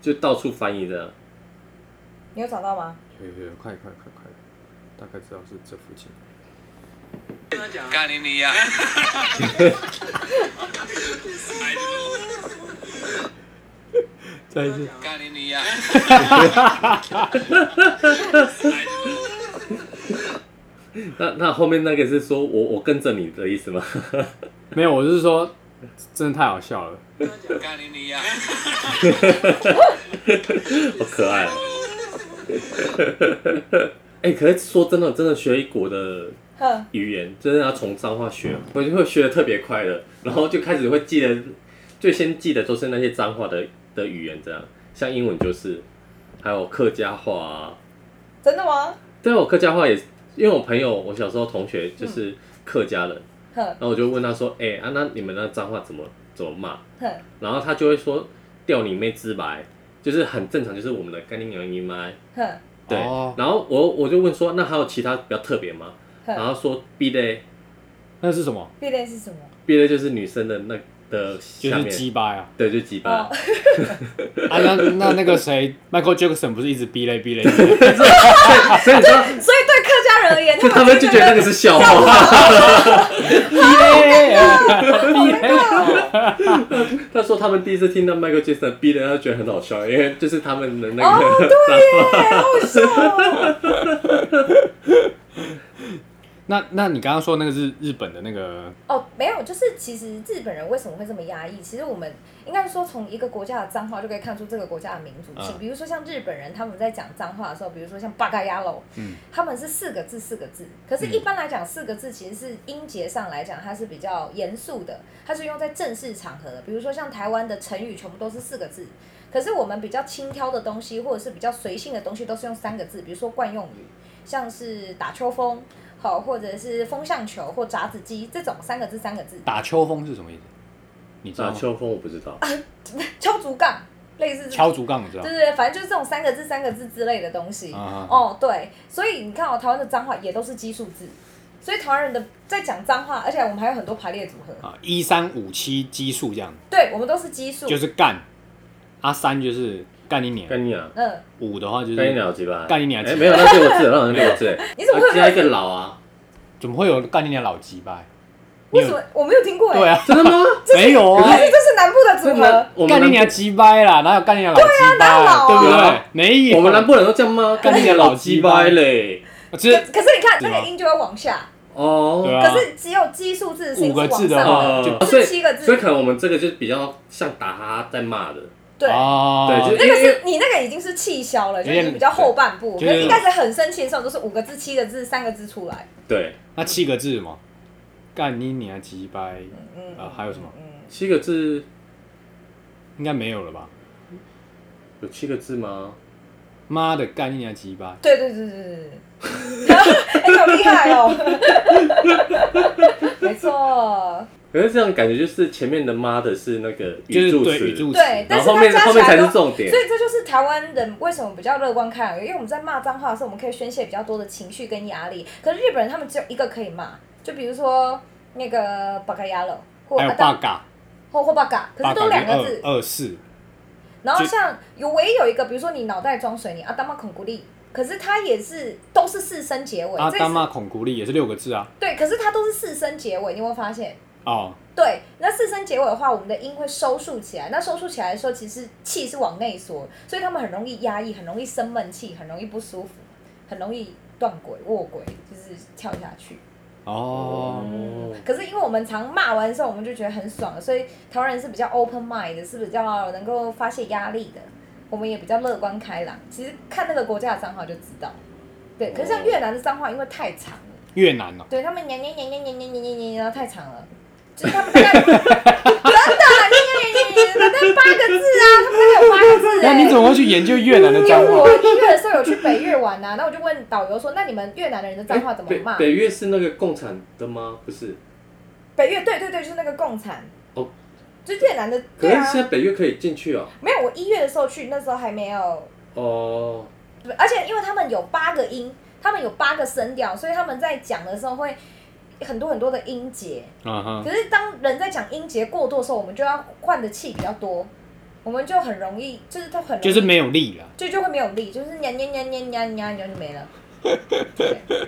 Speaker 2: 就到处翻译的。
Speaker 3: 你有找到吗？
Speaker 1: 有有有，快快快快，大概知道是这附近。
Speaker 4: 干你你呀！
Speaker 1: 再一次，
Speaker 4: 干你你呀！
Speaker 2: 那那后面那个是说我我跟着你的意思吗？
Speaker 1: 没有，我是说，真的太好笑了。
Speaker 4: 干你你呀！
Speaker 2: 好可爱哦、 哎、可是说真的，真的学一国的
Speaker 3: 哼，
Speaker 2: 语言，真的要从脏话学，
Speaker 1: 嗯
Speaker 2: 我就会学的特别快的，然后就开始会记得，最先记得都是那些脏话的的语言，这样，像英文就是，还有客家话啊，
Speaker 3: 真的吗？
Speaker 2: 对我客家话也，因为我朋友，我小时候同学就是客家人，
Speaker 3: 哼
Speaker 2: 然后我就问他说，哎、啊，那你们那脏话怎么怎么骂？
Speaker 3: 哼，
Speaker 2: 然后他就会说掉你妹之白，就是很正常，就是我们的干你娘姨妈。
Speaker 3: 哼
Speaker 2: 对，
Speaker 1: 哦
Speaker 2: 然后我我就问说，那还有其他比较特别吗？然
Speaker 1: 啊
Speaker 3: 哼，
Speaker 2: 后说 B day
Speaker 1: 那是什么？
Speaker 3: 必练是什么？
Speaker 2: B day 就是女生的那的
Speaker 1: 就
Speaker 2: 下
Speaker 1: 是
Speaker 2: 面，
Speaker 1: 鸡巴呀！
Speaker 2: 对，就鸡巴
Speaker 3: 哦。，
Speaker 1: 啊，那那那个谁，Michael Jackson 不是一直逼嘞逼嘞逼 嘞？
Speaker 2: 所以你知道，
Speaker 3: 所以对客家人 而言，
Speaker 2: 他们就觉得那个是笑话。
Speaker 1: 逼嘞！逼嘞！
Speaker 2: 他说他们第一次听到 Michael Jackson 的 B day，他就觉得很好笑，因为就是他们的那
Speaker 3: 哦
Speaker 2: 个脏话。
Speaker 3: 哎好笑哦。
Speaker 1: 那那你刚刚说那个是日本的那个
Speaker 3: 哦，没有，就是其实日本人为什么会这么压抑？其实我们应该说从一个国家的脏话就可以看出这个国家的民族性。
Speaker 1: 嗯
Speaker 3: 比如说像日本人，他们在讲脏话的时候，比如说像八嘎呀喽，
Speaker 1: 嗯
Speaker 3: 他们是四个字四个字，可是，一般来讲，四个字其实是音节上来讲，它是比较严肃的，它是用在正式场合的。比如说像台湾的成语，全部都是四个字，可是我们比较轻佻的东西，或者是比较随性的东西，都是用三个字，比如说惯用语，像是打秋风。好，或者是风向球或炸子鸡这种三个字三个字，
Speaker 1: 打秋风是什么意思？你知道
Speaker 2: 啊，
Speaker 1: 吗？
Speaker 2: 秋风我不知道，
Speaker 3: 敲竹杠，类似这种
Speaker 1: 敲竹杠，你知道
Speaker 3: 对？对对，反正就是这种三个字、三个字之类的东西。
Speaker 1: 啊
Speaker 3: 哦，对，所以你看哦，台湾的脏话也都是基数字，所以台湾人的在讲脏话，而且我们还有很多排列组合。
Speaker 1: 啊，一三五七基数这样，
Speaker 3: 对，我们都是基数。
Speaker 1: 就是干。啊，三就是干你娘，
Speaker 2: 干你啊娘，
Speaker 3: 嗯，
Speaker 1: 五的话就是
Speaker 2: 干你娘有鸡巴，
Speaker 1: 干你娘
Speaker 2: 哎，没有，那六个字，那好像六个 字，
Speaker 3: 你怎么
Speaker 2: 啊
Speaker 3: 会
Speaker 2: 加一个老啊？
Speaker 1: 怎么会有干你娘老鸡巴？你
Speaker 3: 为
Speaker 1: 有
Speaker 3: 什么我没有听过？
Speaker 1: 对
Speaker 3: 啊，
Speaker 1: 啊，
Speaker 2: 真 的吗？
Speaker 1: 没有啊
Speaker 3: 可，是这是南部的组合。
Speaker 2: 我们
Speaker 1: 干你
Speaker 2: 南
Speaker 1: 娘鸡掰啦，哪有干你娘老鸡掰啊？对
Speaker 3: 对啊
Speaker 1: 不
Speaker 2: 哪有
Speaker 1: 对？没有，
Speaker 2: 我们南部人都这样吗？
Speaker 1: 干你娘老鸡
Speaker 2: 掰
Speaker 1: 掰
Speaker 2: 嘞！
Speaker 1: 只是
Speaker 3: 可可是你看
Speaker 1: 是
Speaker 3: 那
Speaker 1: 吗
Speaker 3: 个音就会往下，
Speaker 2: 哦，
Speaker 1: 对啊
Speaker 3: 可是只有基数字是
Speaker 1: 五个字的
Speaker 3: 往上
Speaker 1: 话
Speaker 2: 哦，
Speaker 1: 就
Speaker 3: 不
Speaker 2: 所以
Speaker 3: 是七个字
Speaker 2: 所以可能我们这个就是比较像打哈在骂的，
Speaker 3: 对。
Speaker 1: 哦，
Speaker 2: 对，就是
Speaker 3: 那
Speaker 2: 因
Speaker 3: 个
Speaker 2: 为因为
Speaker 3: 是你那个已经是气消了，就
Speaker 1: 有点
Speaker 3: 是比较后半部。可
Speaker 1: 就是
Speaker 3: 是一开始很生气的时候，都是五个字、七个字、三个字出来。
Speaker 2: 对
Speaker 1: 那七个字嘛，干你娘鸡掰，
Speaker 3: 嗯
Speaker 1: 啊还有什么？
Speaker 3: 嗯，
Speaker 2: 七个字
Speaker 1: 应该没有了吧？
Speaker 2: 有七个字吗？
Speaker 1: 妈的，干你娘鸡掰！
Speaker 3: 对对对对对 对，哎、好厉害哦！没错，
Speaker 2: 可是这样感觉就是前面的妈的是那个
Speaker 1: 就是
Speaker 2: 助
Speaker 1: 对
Speaker 2: 词，
Speaker 1: 语助词，
Speaker 3: 对，但
Speaker 2: 然
Speaker 3: 是
Speaker 2: 后后
Speaker 3: 它
Speaker 2: 面
Speaker 3: 加
Speaker 2: 后
Speaker 3: 起
Speaker 2: 面才
Speaker 3: 来
Speaker 2: 是
Speaker 3: 都。
Speaker 2: 重点
Speaker 3: 所。以这就是台湾人为什么比较乐观看，因为我们在骂脏话的时候，我们可以宣泄比较多的情绪跟压力。可是日本人他们只有一个可以骂，就比如说那个巴嘎亚喽，或
Speaker 1: 还有
Speaker 3: 阿当
Speaker 1: bug，啊
Speaker 3: 或或巴嘎，可是
Speaker 1: bug
Speaker 3: 都两个
Speaker 1: 就
Speaker 3: 字。
Speaker 1: 二二四，
Speaker 3: 然后像有唯一有一个，比如说你脑袋装水泥，阿达玛孔古力，可是它也是都是四声结尾，
Speaker 1: 阿
Speaker 3: 这也
Speaker 1: 达
Speaker 3: 是
Speaker 1: 玛孔古力也是六个字啊，
Speaker 3: 对，可是它都是四声结尾，你有没有发现？
Speaker 1: 哦，
Speaker 3: 对，那四声结尾的话，我们的音会收束起来。那收束起来的时候，其实气是往内缩，所以他们很容易压抑，很容易生闷气，很容易不舒服，很容易断轨、卧轨，就是跳下去。
Speaker 1: 哦，
Speaker 2: 哦，
Speaker 3: 可是因为我们常骂完之后，我们就觉得很爽了，所以台湾人是比较 open mind 的，是比较能够发泄压力的。我们也比较乐观开朗。其实看那个国家的脏话就知道，对。可是像越南的脏话，因为太长了。
Speaker 1: 越南哦，
Speaker 3: 对他们年年年年年年年年年年太长了，就是他们大概真的年年年年年年八个字啊，他们大概有八个字、
Speaker 1: 那
Speaker 3: 欸。
Speaker 1: 你怎么会去研究越南的
Speaker 3: 因
Speaker 1: 脏
Speaker 3: 为我
Speaker 1: 话？
Speaker 3: 一月的时候有去北越玩呐、啊，那我就问导游说：“那你们越南的人的脏话怎么
Speaker 2: 北
Speaker 3: 骂？”
Speaker 2: 北越是那个共产的吗？不是，
Speaker 3: 北越对对对，就是那个共产，
Speaker 2: 哦，
Speaker 3: 就越南的
Speaker 2: 可
Speaker 3: 对
Speaker 2: 是
Speaker 3: 啊
Speaker 2: 现，在北越可以进去哦。
Speaker 3: 没有我一月的时候去，那时候还没有
Speaker 2: 哦，
Speaker 3: 对而且因为他们有八个音，他们有八个声调，所以他们在讲的时候会很多很多的音节。
Speaker 1: 嗯哼，
Speaker 3: 可是当人在讲音节过多的时候，我们就要换的气比较多，我们就很容易，就是他很容易
Speaker 1: 就是没有力了。
Speaker 3: 就就会没有力，就是呀呀呀呀呀呀，然后 就没了。对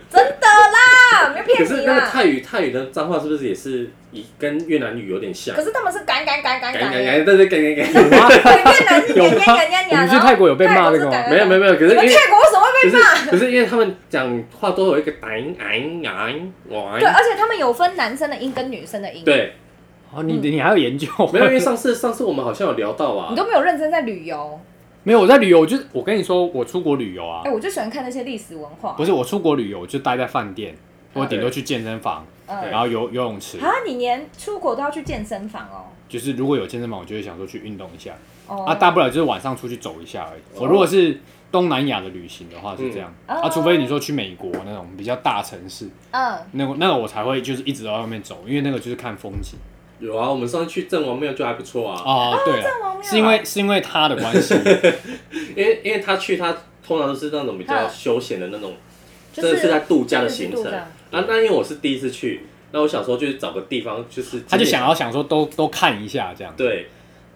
Speaker 3: 真的啦，没有
Speaker 2: 可
Speaker 3: 骗
Speaker 2: 是
Speaker 3: 你
Speaker 2: 那个
Speaker 3: 啦。
Speaker 2: 泰语泰语的脏话是不是也是以跟越南语有点像
Speaker 3: 可？是他们是赶赶赶赶
Speaker 2: 改
Speaker 3: 赶，
Speaker 2: 改
Speaker 3: 对
Speaker 2: 改，对对改改改，
Speaker 3: 越南是
Speaker 1: 有
Speaker 3: 呀
Speaker 1: 吗
Speaker 3: 呀呀呀
Speaker 1: 我
Speaker 3: 呀，
Speaker 1: 们去
Speaker 3: 然后
Speaker 1: 泰国有被骂这个吗
Speaker 3: 泰国是赶赶赶
Speaker 2: 没有没有没有，可是
Speaker 3: 你
Speaker 2: 因
Speaker 3: 们
Speaker 2: 为
Speaker 3: 泰国为什么会
Speaker 2: 可
Speaker 3: 被
Speaker 2: 是
Speaker 3: 骂？
Speaker 2: 可是因为他们讲话都有一个哎哎哎哇
Speaker 3: 对，而且他们有分男生的音跟女生的音。，
Speaker 2: 对，
Speaker 1: 哦，你你还要研究？
Speaker 2: 没 有，因为上次上次我们好像有聊到啊
Speaker 3: 你，都没有认真在旅游。
Speaker 1: 没有，我在旅游，我就我跟你说，我出国旅游啊
Speaker 3: 哎、，我就喜欢看那些历史文化。
Speaker 1: 不
Speaker 3: 是，
Speaker 1: 是我出国旅游，我就待在饭店，我顶多
Speaker 2: 对
Speaker 1: 去健身房，
Speaker 3: 嗯，
Speaker 1: 然后游游泳池，
Speaker 3: 啊，你连出国都要去健身房哦。
Speaker 1: 就是如果有健身房，我就会想说去运动一下
Speaker 3: 哦，
Speaker 1: 啊，大不了就是晚上出去走一下而已。我如果是东南亚的旅行的话是这样
Speaker 3: 嗯
Speaker 1: 啊，除非你说去美国那种比较大城市，
Speaker 3: 嗯，
Speaker 1: 那个那个我才会就是一直到外面走，因为那个就是看风景
Speaker 2: 有啊，我们上次去郑王庙就还不错啊，
Speaker 1: 哦，对了
Speaker 3: 郑王庙，
Speaker 1: 是因为是因为他的关系，
Speaker 2: 因为因为他去他通常都是那种比较
Speaker 3: 嗯
Speaker 2: 休闲的那种，
Speaker 3: 啊就
Speaker 2: 真的是在度假的
Speaker 3: 真
Speaker 2: 行
Speaker 3: 的是
Speaker 2: 程
Speaker 3: 度假
Speaker 2: 啊。那因为我是第一次去，那我想说就是找个地方，就是
Speaker 1: 他就想要想说都都看一下这样。
Speaker 2: 对。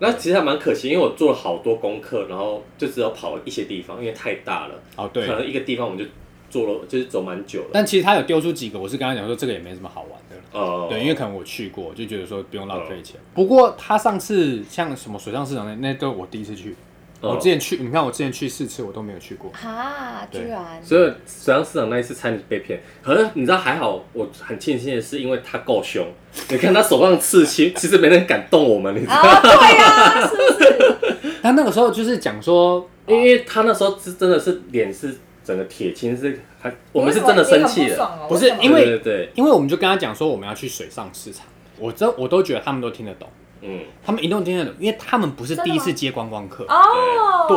Speaker 2: 那其实还蛮可惜，因为我做了好多功课，然后就只有跑一些地方，因为太大了，
Speaker 1: 哦，
Speaker 2: 可
Speaker 1: 对，
Speaker 2: 能一个地方我们就做了，就是走蛮久了。
Speaker 1: 但其实他有丢出几个，我是跟他讲说这个也没什么好玩的。
Speaker 2: 哦，
Speaker 1: 对，因为可能我去过，就觉得说不用浪费钱。不过他上次像什么水上市场那那都我第一次去，
Speaker 2: 哦
Speaker 1: 我之前去，你看我之前去四次我都没有去过。
Speaker 3: 哈，
Speaker 1: 对
Speaker 3: 居然
Speaker 2: 所以水上市场那一次差点被骗，可是你知道还好，我很庆幸的是，因为他够凶。你看他手上的刺青， 其实没人敢动我们，你知道吗？
Speaker 3: 啊，对呀、是不 是？
Speaker 1: 他那个时候就是讲说，
Speaker 2: 因为因为他那时候是真的是脸是整个铁青，是还我们是真的生气
Speaker 3: 你很不
Speaker 2: 了，
Speaker 3: 爽哦，
Speaker 1: 不是
Speaker 3: 为什么
Speaker 1: 因为
Speaker 2: 对对对，
Speaker 1: 因为我们就跟他讲说我们要去水上市场，我真我都觉得他们都听得懂，
Speaker 2: 嗯，
Speaker 1: 他们一定听得懂，因为他们不是
Speaker 3: 真的
Speaker 1: 第一次
Speaker 3: 吗
Speaker 1: 接观光客，
Speaker 3: 哦，对，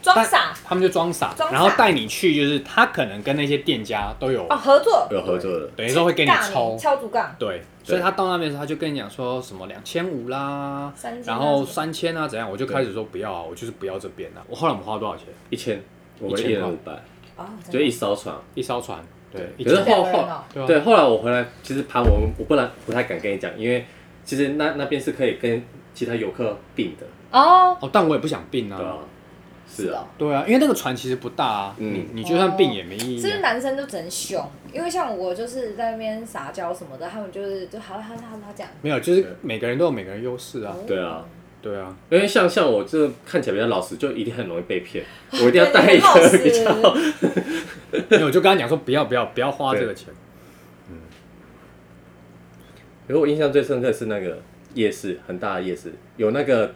Speaker 3: 装
Speaker 1: 但
Speaker 3: 傻
Speaker 1: 他们就装傻，
Speaker 3: 装傻
Speaker 1: 然后带你去，就是他可能跟那些店家都有，
Speaker 3: 哦，合作
Speaker 2: 有合作的，
Speaker 1: 等于说会给你
Speaker 3: 尬
Speaker 1: 抽，
Speaker 3: 敲竹杠，
Speaker 1: 对，所以他到那边的时候他就跟你讲说什么两千五啦，
Speaker 3: 三千啊
Speaker 1: 然后三千啊怎样，我就开始说不要啊，我就是不要这边啊。我后来我们花多少钱？
Speaker 2: 一千，我们一人五百，
Speaker 3: 哦，
Speaker 2: 就一艘船。
Speaker 1: 一艘船，对，一
Speaker 2: 可
Speaker 1: 千
Speaker 2: 是
Speaker 3: 后
Speaker 2: 后
Speaker 3: 两个人哦
Speaker 2: 后对后来我回来，其实盘我我不然不太敢跟你讲，因为其实那那边是可以跟其他游客并的，
Speaker 3: 哦，
Speaker 1: 哦，但我也不想并
Speaker 2: 对吧
Speaker 1: 啊。？
Speaker 2: 是啊，
Speaker 1: 对啊，因为那个船其实不大啊，
Speaker 2: 嗯
Speaker 1: 你你就算并也没意义
Speaker 3: 是不是
Speaker 1: 啊。
Speaker 3: 男生就只能凶？因为像我就是在那边撒娇什么的，他们就是就好了好了好了这样。
Speaker 1: 没有，就是每个人都有每个人优势
Speaker 3: 哦
Speaker 1: 啊。
Speaker 2: 对啊，
Speaker 1: 对啊，
Speaker 2: 因为像像我这看起来比较老实，就一定很容易被骗，我一定要带一
Speaker 3: 对啊 你很老
Speaker 2: 个比
Speaker 3: 实
Speaker 2: 较。
Speaker 1: 因为我就跟他讲说不要不要不要花这个钱。
Speaker 2: 可是我印象最深刻的是那个夜市，很大的夜市，有那个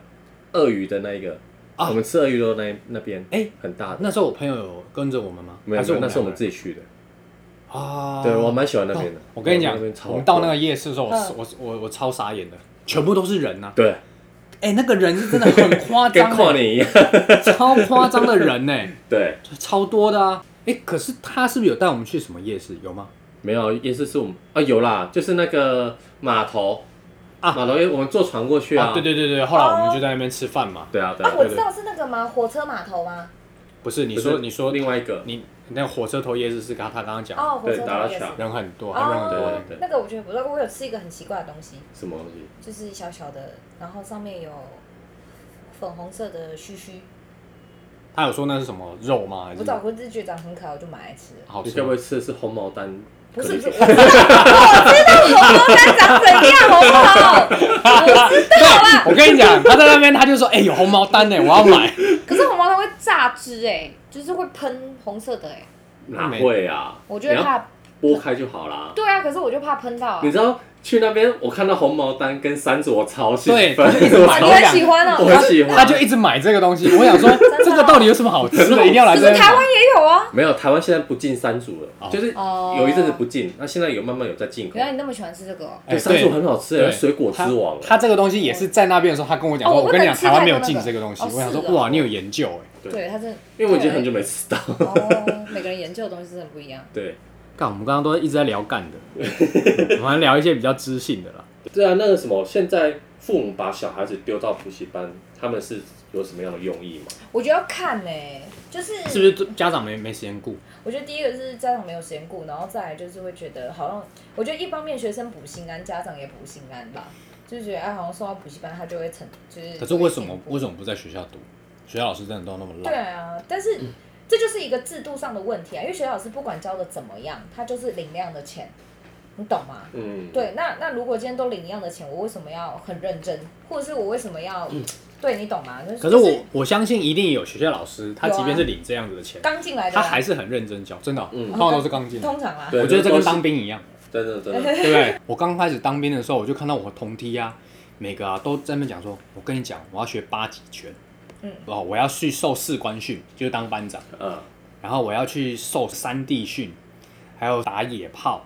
Speaker 2: 鳄鱼的那一个，
Speaker 1: 啊
Speaker 2: 我们吃鳄鱼肉那那边，
Speaker 1: 哎
Speaker 2: 很大的，
Speaker 1: 那时候我朋友有跟着我们吗？
Speaker 2: 没有，
Speaker 1: 还
Speaker 2: 没有
Speaker 1: 我们
Speaker 2: 那是我们
Speaker 1: 两个人
Speaker 2: 自己去的，
Speaker 1: 啊？
Speaker 2: 对我蛮喜欢那边的
Speaker 1: 哦。我跟你讲
Speaker 2: 那边，超
Speaker 1: 我们到那个夜市的时候，我
Speaker 3: 嗯
Speaker 1: 我我我超傻眼的，全部都是人呐。
Speaker 2: 对，
Speaker 1: 哎，那个人是真的很 夸
Speaker 2: 跟
Speaker 1: 张
Speaker 2: 跨
Speaker 1: 欸，
Speaker 2: 年一样，
Speaker 1: 超夸张的人呢。
Speaker 2: 对，
Speaker 1: 超多的啊！哎、可是他是不是有带我们去什么夜市？有吗？
Speaker 2: 没有夜市是我们啊有啦，就是那个码头
Speaker 1: 啊
Speaker 2: 码头，因为我们坐船过去啊，
Speaker 1: 对
Speaker 2: 对
Speaker 1: 对对对，后来我们就在那边吃饭嘛。
Speaker 2: 对啊对
Speaker 3: 啊
Speaker 2: 啊，，
Speaker 3: 我
Speaker 2: 对
Speaker 3: 知道是那个吗？火车码头吗？
Speaker 1: 不是，你
Speaker 2: 不是
Speaker 1: 说你说
Speaker 2: 另外一个，
Speaker 1: 你那个火车头夜市是刚他刚刚讲的，
Speaker 3: 哦，火
Speaker 2: 对
Speaker 3: 车
Speaker 2: 达
Speaker 3: 头
Speaker 2: 拉
Speaker 3: 也是
Speaker 2: 巧。
Speaker 1: 人很多，他人很多
Speaker 3: 哦
Speaker 1: 的。
Speaker 2: 对对，
Speaker 3: 那个我觉得不错。我有吃一个很奇怪的东西，
Speaker 2: 什么东西？
Speaker 3: 就是小小的，然后上面有粉红色的须须，
Speaker 1: 他有说那是什么肉吗？还
Speaker 3: 我
Speaker 1: 是
Speaker 3: 不知道，我只是觉得长得很可爱，我就买来吃了。
Speaker 1: 好
Speaker 2: 你
Speaker 1: 吃
Speaker 2: 该不
Speaker 1: 吗？
Speaker 2: 会吃的是红毛丹？
Speaker 3: 不是不是，我知道，我知 道红毛丹长怎样，好不好？我知道啦。
Speaker 1: 我跟你讲，他在那边他就说：“哎、有红毛丹呢、我要买。
Speaker 3: 可是红毛丹会榨汁哎、就是会喷红色的哎、
Speaker 2: 哪会啊？
Speaker 3: 我觉得
Speaker 2: 你要
Speaker 3: 怕，
Speaker 2: 剥开就好啦。
Speaker 3: 对啊，可是我就怕喷到、啊
Speaker 2: 你。知道去那边，我看到红毛丹跟山竹，我超兴
Speaker 1: 对
Speaker 2: 奋，
Speaker 1: 他就一直
Speaker 2: 我
Speaker 1: 买
Speaker 3: 啊，
Speaker 2: 超
Speaker 3: 你很喜欢哦、
Speaker 2: 我很喜”欢。
Speaker 1: 他就一直买这个东西。我想说，
Speaker 3: 的
Speaker 1: 这个到底有什么好吃
Speaker 2: 可是
Speaker 1: 的？
Speaker 2: 我
Speaker 1: 一定要来
Speaker 3: 可
Speaker 1: 这
Speaker 3: 是
Speaker 1: 边
Speaker 3: 台湾
Speaker 1: 买。
Speaker 3: 也有啊。
Speaker 2: 没有台湾现在不进山竹了，
Speaker 1: 哦
Speaker 2: 就是
Speaker 3: 哦
Speaker 2: 有一阵子不进，那现在有慢慢有在进口
Speaker 3: 原。来你那么喜欢吃这个、哦。
Speaker 2: 对，山竹很好吃，
Speaker 1: 哎对
Speaker 2: 水果之王。
Speaker 1: 他。他这个东西也是在那边的时候，他跟我讲
Speaker 3: 哦
Speaker 1: 说：“
Speaker 3: 我
Speaker 1: 我跟你讲，
Speaker 3: 不能吃
Speaker 1: 台湾没有
Speaker 3: 太多
Speaker 1: 进
Speaker 3: 那个
Speaker 1: 这个东西。
Speaker 3: 哦
Speaker 1: 我想说：“
Speaker 3: 是哦
Speaker 1: 哇，你有研究哎、
Speaker 2: 对
Speaker 3: 对，它真的，
Speaker 2: 因为我已经很久没吃到。
Speaker 3: 哦，每个人研究的东西真的不一样。
Speaker 2: 对，
Speaker 1: 干，我们刚刚都一直在聊干 的，我们还聊一些比较知性的啦。
Speaker 2: 对啊，那个什么，现在父母把小孩子丢到补习班，他们是有什么样的用意吗？
Speaker 3: 我觉得要看呢、就是
Speaker 1: 是不是家长没没时间顾？
Speaker 3: 我觉得第一个是家长没有时间顾，然后再来就是会觉得好像，我觉得一方面学生补心安，家长也补心安吧，就是觉得哎，好像送到补习班他就会成，就是
Speaker 1: 可是啊为什么
Speaker 3: 进步
Speaker 1: 为什么不在学校读？学校老师真的都那么
Speaker 3: 对
Speaker 1: 烂？
Speaker 3: 啊，但是这就是一个制度上的问题啊，因为学校老师不管教的怎么样，他就是领那样的钱，你懂吗？
Speaker 2: 嗯，
Speaker 3: 对，那那如果今天都领一样的钱，我为什么要很认真，或者是我为什么要？对你懂吗？就
Speaker 1: 嗯可是我我相信一定有学校老师，他
Speaker 3: 有啊
Speaker 1: 即便是领这样子的钱，
Speaker 3: 刚进来的
Speaker 1: 他
Speaker 3: 啊，
Speaker 1: 还是很认真教，真的哦，
Speaker 2: 嗯
Speaker 1: 通常都是刚进来。
Speaker 3: 通常啦，啊
Speaker 2: 对
Speaker 1: 我觉得这跟
Speaker 2: 都是
Speaker 1: 当兵一样，
Speaker 2: 真的真的，
Speaker 1: 对不对？ 我刚开始当兵的时候，我就看到我同梯啊，每个啊都在那边讲说，我跟你讲，我要学八极拳，
Speaker 3: 嗯
Speaker 1: 哦，我要去受士官训，就是当班长，
Speaker 2: 嗯
Speaker 1: 然后我要去受山地训，还有打野炮，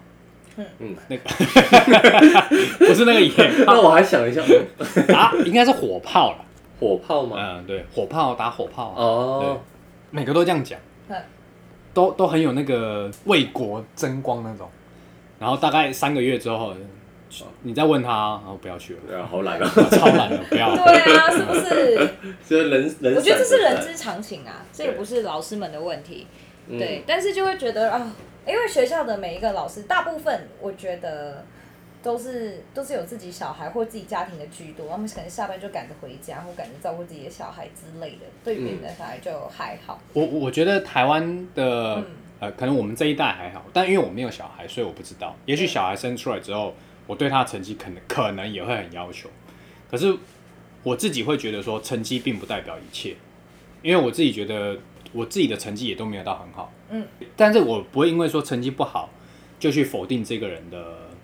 Speaker 2: 嗯。
Speaker 1: 那个 不是那个野
Speaker 2: 那
Speaker 1: 炮，
Speaker 2: 我还想一下，嗯
Speaker 1: 打应该是火炮了，
Speaker 2: 火炮吗？
Speaker 1: 嗯，对，火炮打火炮啊，
Speaker 2: 哦，
Speaker 1: 每个都这样讲。
Speaker 3: 嗯
Speaker 1: 都都很有那个为国争光那种。然后大概三个月之后，你再问他，然后不要去了，
Speaker 2: 对啊，好懒啊！
Speaker 1: 超懒了，不要了。
Speaker 3: 对啊，是不是？
Speaker 2: 这人人，
Speaker 3: 我觉得这是人
Speaker 2: 之
Speaker 3: 之常情啊，这也
Speaker 2: 对
Speaker 3: 不是老师们的问题。对
Speaker 1: 嗯
Speaker 2: 对，，
Speaker 3: 但是就会觉得啊，因为学校的每一个老师，大部分我觉得都是都是有自己小孩或自己家庭的居多，他们可能下班就赶着回家，或赶着照顾自己的小孩之类的，对
Speaker 1: 嗯
Speaker 3: 别人的小孩就还好。
Speaker 1: 我我我觉得台湾的、
Speaker 3: 嗯
Speaker 1: 呃，可能我们这一代还好，但因为我没有小孩，所以我不知道。也许小孩生出来之后，我对他的成绩可能可能也会很要求。可是我自己会觉得说，成绩并不代表一切，因为我自己觉得我自己的成绩也都没有到很好。
Speaker 3: 嗯，
Speaker 1: 但是我不会因为说成绩不好就去否定这个人的，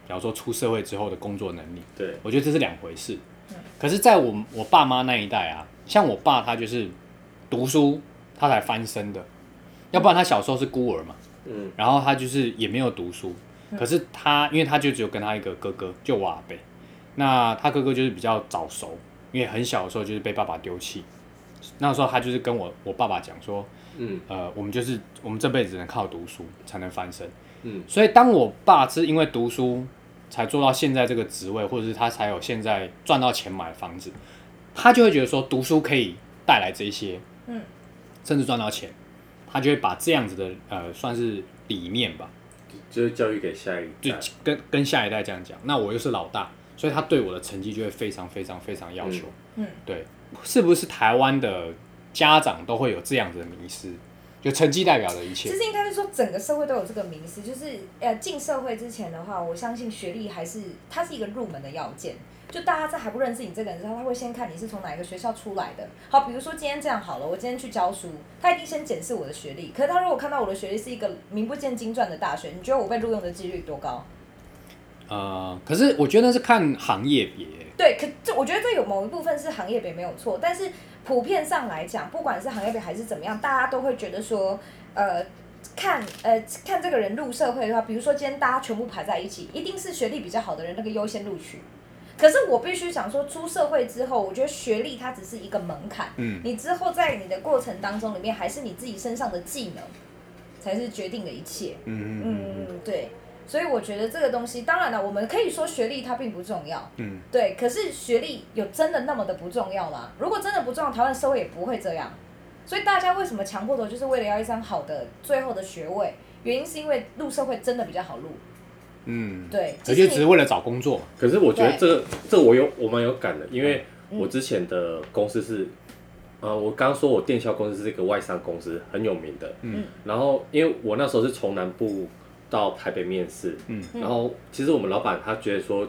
Speaker 1: 比方说出社会之后的工作能力。
Speaker 2: 对，
Speaker 1: 我觉得这是两回事
Speaker 3: 嗯。
Speaker 1: 可是，在我我爸妈那一代啊，像我爸他就是读书他才翻身的，要不然他小时候是孤儿嘛，
Speaker 2: 嗯
Speaker 1: 然后他就是也没有读书。
Speaker 3: 嗯
Speaker 1: 可是他因为他就只有跟他一个哥哥，就我阿贝，那他哥哥就是比较早熟，因为很小的时候就是被爸爸丢弃。那时候他就是跟我我爸爸讲说，
Speaker 2: 嗯
Speaker 1: 呃，我们就是我们这辈子只能靠读书才能翻身。
Speaker 2: 嗯
Speaker 1: 所以当我爸是因为读书才做到现在这个职位，或者是他才有现在赚到钱买房子，他就会觉得说读书可以带来这些，
Speaker 3: 嗯，
Speaker 1: 甚至赚到钱，他就会把这样子的呃算是理念吧，
Speaker 2: 就是教育给下一
Speaker 1: 就
Speaker 2: 代，
Speaker 1: 跟跟下一代这样讲。那我又是老大，所以他对我的成绩就会非常非常非常要求。
Speaker 3: 嗯
Speaker 1: 对，是不是台湾的家长都会有这样子的迷失？就成绩代表了一切
Speaker 3: 其。实应该是说，整个社会都有这个迷思，就是呃，进社会之前的话，我相信学历还是它是一个入门的要件。就大家在还不认识你这个人的时候，他会先看你是从哪一个学校出来的。好，比如说今天这样好了，我今天去教书，他一定先检视我的学历。可是他如果看到我的学历是一个名不见经传的大学，你觉得我被录用的几率多高？
Speaker 1: 呃，可是我觉得那是看行业别、
Speaker 3: 对，可这我觉得这有某一部分是行业别没有错，但是普遍上来讲，不管是行业别还是怎么样，大家都会觉得说，呃，看呃 看这个人入社会的话，比如说今天大家全部排在一起，一定是学历比较好的人那个优先录取。可是我必须想说，出社会之后，我觉得学历它只是一个门槛，
Speaker 1: 嗯，
Speaker 3: 你之后在你的过程当中里面，还是你自己身上的技能，才是决定的一切。
Speaker 1: 嗯嗯嗯
Speaker 3: 嗯，对。所以我觉得这个东西，当然了，我们可以说学历它并不重要，
Speaker 1: 嗯，
Speaker 3: 对。可是学历有真的那么的不重要吗？如果真的不重要，台湾社会也不会这样。所以大家为什么强迫的，就是为了要一张好的最后的学位？原因是因为入社会真的比较好入，
Speaker 1: 嗯，
Speaker 3: 对。
Speaker 1: 可
Speaker 3: 其
Speaker 1: 就只是
Speaker 3: 实
Speaker 1: 为了找工作嘛。
Speaker 2: 可是我觉得
Speaker 3: 对
Speaker 2: 这个这我有我蛮有感的，因为
Speaker 3: 嗯
Speaker 2: 我之前的公司是，呃，我刚说我电销公司是一个外商公司，很有名的。
Speaker 1: 嗯
Speaker 2: 然后因为我那时候是从南部到台北面试，
Speaker 1: 嗯
Speaker 3: 嗯
Speaker 2: 然后其实我们老板他觉得说，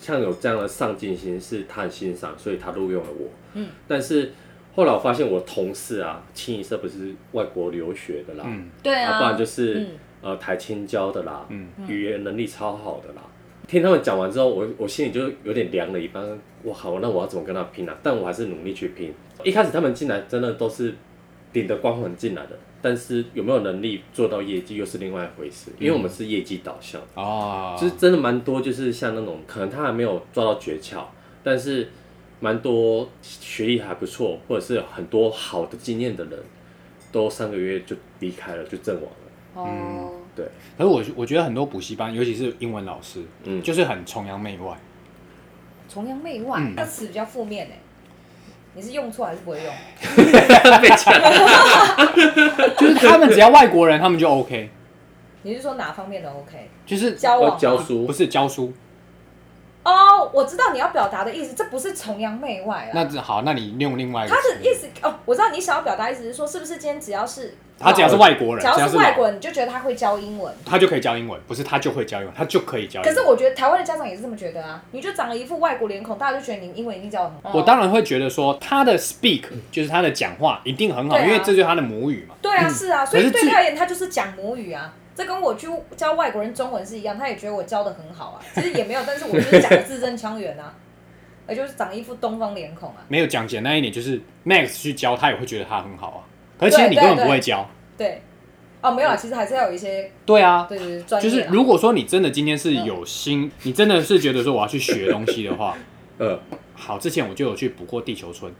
Speaker 2: 像有这样的上进心是他很欣赏，所以他录用了我。
Speaker 3: 嗯，
Speaker 2: 但是后来我发现我同事啊，清一色不是外国留学的啦，
Speaker 1: 嗯
Speaker 3: 你对
Speaker 2: 啊，
Speaker 3: 啊，
Speaker 2: 不然就是、
Speaker 3: 嗯
Speaker 2: 呃台青教的啦，
Speaker 1: 嗯
Speaker 2: 语言能力超好的啦。听他们讲完之后，我我心里就有点凉了一半。我好，那我要怎么跟他拼啊？但我还是努力去拼。一开始他们进来真的都是顶着光环进来的，但是有没有能力做到业绩又是另外一回事，因为我们是业绩导向。
Speaker 1: 哦，
Speaker 2: 就是真的蛮多，就是像那种可能他还没有抓到诀窍，但是蛮多学历还不错，或者是很 多好的经验的人，都三个月就离开了，就阵亡了。
Speaker 3: 哦，
Speaker 2: 对，
Speaker 1: 可是我我觉得很多补习班，尤其是英文老师，
Speaker 2: 嗯，
Speaker 1: 就是很崇洋媚 外。
Speaker 3: 崇洋媚外，
Speaker 1: 嗯
Speaker 3: 那词比较负面哎、你是用错还是不会用？
Speaker 2: 被抢。
Speaker 1: 就是他们只要外国人，他们就 OK，
Speaker 3: 你是说哪方面的 OK？
Speaker 1: 就是
Speaker 3: 交往
Speaker 2: 要
Speaker 3: 吗
Speaker 2: 教书
Speaker 1: 不，是教书。
Speaker 3: 哦，我知道你要表达的意思，这不是崇洋媚外
Speaker 1: 那
Speaker 3: 啦。
Speaker 1: 只好，那你用另外一个
Speaker 3: 啊他的
Speaker 1: 词
Speaker 3: 意，思哦，我知道你想要表达意思是说，是不是今天只要是
Speaker 1: 他只要
Speaker 3: 哦
Speaker 1: 是外国人，
Speaker 3: 只要
Speaker 1: 要
Speaker 3: 是
Speaker 1: 是
Speaker 3: 外
Speaker 1: 老
Speaker 3: 国人，你就觉得他会教英文。
Speaker 1: 他就可以教英文，不是他就会教英文，他就可以教英文。
Speaker 3: 可是我觉得台湾的家长也是这么觉得啊，你就长了一副外国脸孔，大家就觉得你英文一定教得很好。
Speaker 1: 我当然会觉得说他的 speak 就是他的讲话一定很好，
Speaker 3: 对啊
Speaker 1: 因为这就是他的母语嘛。
Speaker 3: 对啊，是啊，所
Speaker 1: 嗯
Speaker 3: 以
Speaker 1: 可是
Speaker 3: 对
Speaker 1: 这
Speaker 3: 他而言，他就是讲母语啊。这跟我去教外国人中文是一样，他也觉得我教的很 好啊，其实也没有，但是我就是讲的字正腔圆啊，也就是长一副东方脸孔啊。
Speaker 1: 没有讲简单一点，就是 Max 去教他也会觉得他很好啊，可是其实你根本不会教。
Speaker 3: 对，哦，没有啊，其实还是要有一些
Speaker 1: 对啊，
Speaker 3: 对对对专
Speaker 1: 就
Speaker 3: 业啊。嗯
Speaker 1: 是如果说你真的今天是有心，你真的是觉得说我要去学东西的 话，
Speaker 2: 呃，
Speaker 1: 好，之前我就有去补过地球村，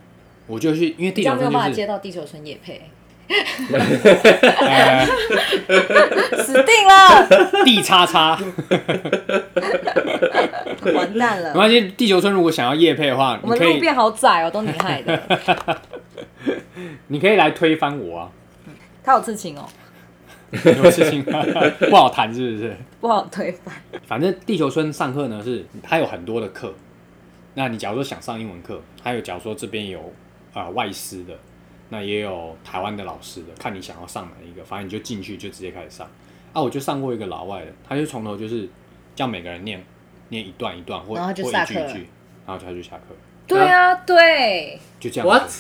Speaker 1: 我就去，因为地
Speaker 3: 比较
Speaker 1: 球
Speaker 3: 没有
Speaker 1: 村
Speaker 3: 办法
Speaker 1: 就
Speaker 3: 接
Speaker 1: 是，
Speaker 3: 到地球村野配，
Speaker 1: 呃，
Speaker 3: 死定了，
Speaker 1: 地叉 叉，
Speaker 3: 嗯完蛋
Speaker 1: 没
Speaker 3: 了。
Speaker 1: 关系，地球村如果想要夜配的话，
Speaker 3: 我
Speaker 1: 你
Speaker 3: 们
Speaker 1: 可
Speaker 3: 路
Speaker 1: 以，
Speaker 3: 变好窄哦，都你害的。
Speaker 1: 你可以来推翻我啊，
Speaker 3: 他有事情哦，
Speaker 1: 有事情 不好谈是不是？
Speaker 3: 不好推翻。
Speaker 1: 反正地球村上课呢是它有很多的课，那你假如说想上英文课，还有假如说这边有啊、呃外师的，那也有台湾的老师的，看你想要上哪一个，反正你就进去就直接开始上。啊，我就上过一个老外的，他就从头就是叫每个人念念一段一段或
Speaker 3: 然
Speaker 1: 或
Speaker 3: 后他
Speaker 1: 一
Speaker 3: 就
Speaker 1: 句
Speaker 3: 下课
Speaker 1: 一
Speaker 3: 了
Speaker 1: 句，然后他就下课，
Speaker 3: 对啊，对，
Speaker 1: 就这样子
Speaker 2: What？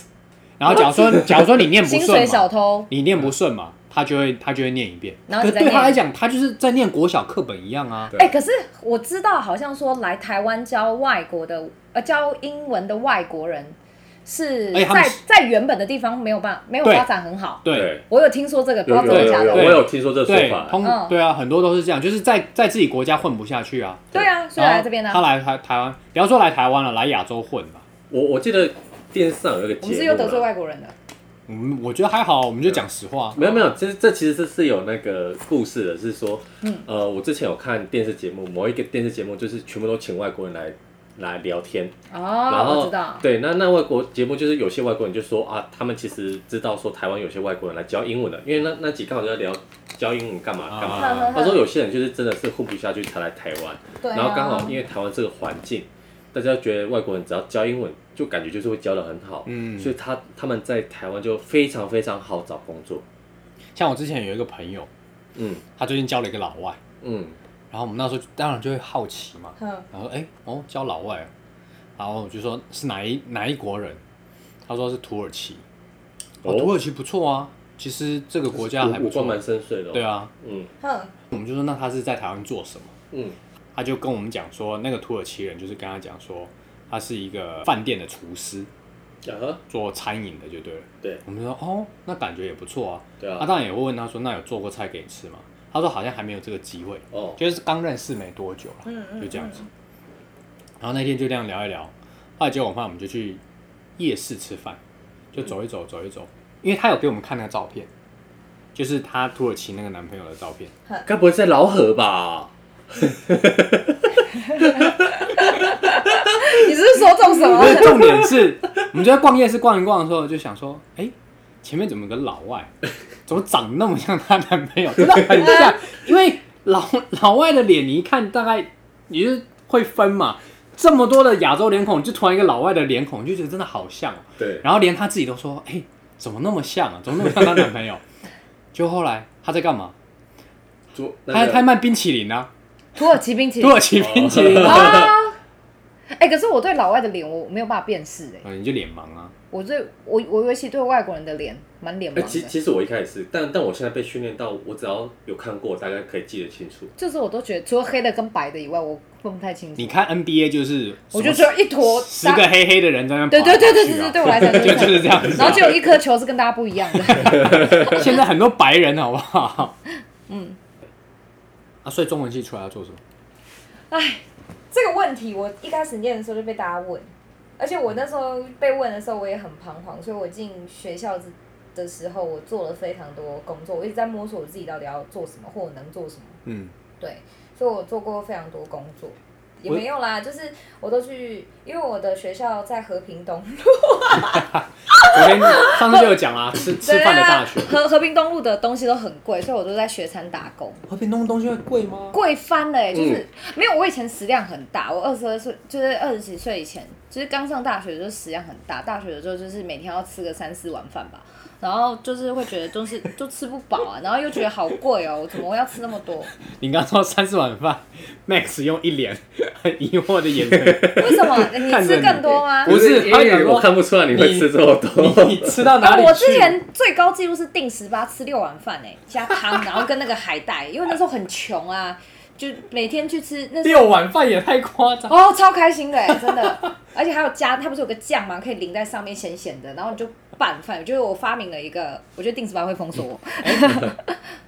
Speaker 1: 然后假如说假如说你念不
Speaker 3: 薪水
Speaker 1: 顺
Speaker 3: 小
Speaker 1: 嘛，
Speaker 3: 偷，
Speaker 1: 你念不顺嘛，他就会他就会念一遍。
Speaker 3: 然后
Speaker 1: 可
Speaker 3: 你
Speaker 1: 是
Speaker 3: 再
Speaker 1: 对他
Speaker 3: 念
Speaker 1: 来讲，他就是在念国小课本一样啊。
Speaker 2: 对
Speaker 3: 哎、可是我知道，好像说来台湾教外国的，呃，教英文的外国人是在、
Speaker 1: 哎他们是
Speaker 3: 在原本的地方没有办没有
Speaker 1: 对
Speaker 3: 发展很好。
Speaker 1: 对，
Speaker 2: 对，
Speaker 3: 我有听说这个，不知
Speaker 2: 有
Speaker 3: 道
Speaker 2: 有
Speaker 3: 真的
Speaker 2: 有
Speaker 3: 假
Speaker 2: 有，
Speaker 3: 的。
Speaker 2: 我有听说这个
Speaker 1: 对
Speaker 2: 说，法，
Speaker 1: 通
Speaker 3: 嗯
Speaker 1: 对啊，很多都是这样，就是在在自己国家混不下去啊，
Speaker 3: 对啊，所以
Speaker 1: 然后
Speaker 3: 来这边呢、
Speaker 1: 他来台台湾，不要说来台湾了，来亚洲混吧。
Speaker 2: 我我记得电视上有一个节目啦，
Speaker 3: 我们是又得罪外国人的。
Speaker 1: 嗯，我觉得还好，我们就讲实话。
Speaker 2: 没有没有，这这其实这是有那个故事的，是说，
Speaker 3: 嗯
Speaker 2: 呃，我之前有看电视节目，某一个电视节目就是全部都请外国人来来聊天，然
Speaker 3: 哦，
Speaker 2: 后
Speaker 3: 我知道。
Speaker 2: 对，那那外国节目就是有些外国人就说啊，他们其实知道说台湾有些外国人来教英文的，因为那那几个好像在聊教英文干嘛干嘛，
Speaker 1: 啊
Speaker 3: 呵呵
Speaker 2: 他
Speaker 3: 呵
Speaker 2: 说有些人就是真的是混不下去才来台湾，
Speaker 3: 对啊
Speaker 2: 然后刚好因为台湾这个环境，大家觉得外国人只要教英文就感觉就是会教的很好，
Speaker 1: 嗯
Speaker 2: 所以他他们在台湾就非常非常好找工作，
Speaker 1: 像我之前有一个朋友，
Speaker 2: 嗯
Speaker 1: 他最近交了一个老外，
Speaker 2: 嗯。
Speaker 1: 然后我们那时候当然就会好奇嘛，
Speaker 3: 哼，
Speaker 1: 然后说哎、哦交老外啊，然后我就说是哪一哪一国人，他说是土耳其，哦
Speaker 2: 哦
Speaker 1: 土耳其不错啊，其实这个国家还不
Speaker 2: 五
Speaker 1: 错
Speaker 2: 官，蛮深邃的、
Speaker 1: 对
Speaker 2: 啊，
Speaker 1: 啊，
Speaker 2: 嗯
Speaker 3: 哼，
Speaker 1: 我们就说那他是在台湾做什么？
Speaker 2: 嗯，
Speaker 1: 他就跟我们讲说，那个土耳其人就是跟他讲说，他是一个饭店的厨师，
Speaker 2: 然后
Speaker 1: 做餐饮的就对了。
Speaker 2: 对
Speaker 1: 我们说哦，那感觉也不错啊。
Speaker 2: 对啊
Speaker 1: 他、当然也会问他说，那有做过菜给你吃吗？他说好像还没有这个机会，
Speaker 2: 哦，
Speaker 1: 就是刚认识没多久了，
Speaker 3: 嗯嗯，
Speaker 1: 就这样子。然后那天就这样聊一聊，后来结果我们我们就去夜市吃饭，就走一走走一走，因为他有给我们看那个照片，就是他土耳其那个男朋友的照片。
Speaker 2: 该不会在劳合吧？
Speaker 3: 嗯。你是不是说中什么
Speaker 1: 不？ 是重点是，我们就在逛夜市逛一逛的时候，就想说，哎、前面怎么有个老外，怎么长得那么像她男朋友？真的很像，因为老老外的脸你一看，大概你就会分嘛。这么多的亚洲脸孔，就突然一个老外的脸孔，你就觉得真的好像哦、
Speaker 2: 对，
Speaker 1: 然后连她自己都说，哎、怎么那么像啊？怎么那么像她男朋友？就后来她在干嘛？
Speaker 2: 做
Speaker 1: 她
Speaker 2: 那
Speaker 1: 在她在
Speaker 2: 个
Speaker 1: 卖冰淇淋啊，
Speaker 3: 土耳其冰淇
Speaker 1: 土
Speaker 3: 淋
Speaker 1: 耳其冰淇淋。
Speaker 2: 哦
Speaker 3: 啊！哎、可是我对老外的脸我没有办法辨识哎、
Speaker 1: 哦你就脸盲啊！
Speaker 3: 我对我我尤其对外国人的脸蛮脸盲
Speaker 2: 哎，
Speaker 3: 的。
Speaker 2: 其其实我一开始是，但但我现在被训练到，我只要有看过，大概可以记得清楚。
Speaker 3: 就是我都觉得，除了黑的跟白的以外，我分不太清楚。
Speaker 1: 你，看 NBA 就是什
Speaker 3: 我
Speaker 1: 么
Speaker 3: 就只有一坨
Speaker 1: 十个黑黑的人在那
Speaker 3: 对
Speaker 1: 跑来
Speaker 3: 对
Speaker 1: 跑去啊
Speaker 3: 对对对对，对我来讲就是
Speaker 1: 就就是这样子
Speaker 3: 然
Speaker 1: 啊、
Speaker 3: 后就有一颗球是跟大家不一样的。
Speaker 1: 现在很多白人，好不好？嗯。啊，所以中文系出来要做什么？
Speaker 3: 哎，这个问题我一开始念的时候就被大家问，而且我那时候被问的时候我也很彷徨，所以我进学校之的时候，我做了非常多工作，我一直在摸索我自己到底要做什么，或我能做什么。
Speaker 1: 嗯，
Speaker 3: 对，所以我做过非常多工作，也
Speaker 1: 我
Speaker 3: 没有啦，就是我都去，因为我的学校在和平东路，
Speaker 1: 昨天上次就有讲啊，吃吃饭的大学
Speaker 3: 对，啊 和和平东路的东西都很贵，所以我都在学餐打工，
Speaker 1: 和平东东西会贵吗？
Speaker 3: 贵翻
Speaker 1: 嗯
Speaker 3: 了、欸，就是、没有我以前食量很大，我二十二岁就是二十几岁以前，就是刚上大学的时候食量很大，大学的时候就是每天要吃个三四碗饭吧。然后就是会觉得就是 就吃不饱啊，然后又觉得好贵哦，我怎么要吃那么多？
Speaker 1: 你刚说三四碗饭，Max 用一脸很疑惑的眼神，
Speaker 3: 为什么你
Speaker 1: 看着
Speaker 3: 吃
Speaker 1: 你
Speaker 3: 更多吗？哦
Speaker 1: 不是
Speaker 2: 因
Speaker 1: 他想
Speaker 2: 为
Speaker 1: 说
Speaker 2: 我看不出来你会吃这么
Speaker 1: 你
Speaker 2: 多，
Speaker 1: 吃到哪
Speaker 3: 啊
Speaker 1: 里去？
Speaker 3: 我之前最高纪录是定十八吃六碗饭哎、加汤，然后跟那个海带，因为那时候很穷啊，就每天去吃那时候
Speaker 1: 六碗饭也太夸张，
Speaker 3: 哦，超开心的、欸，真的，而且还有加，它不是有个酱嘛，可以淋在上面，咸咸的，然后你就拌饭。就是我发明了一个，我觉得定十八会封锁我，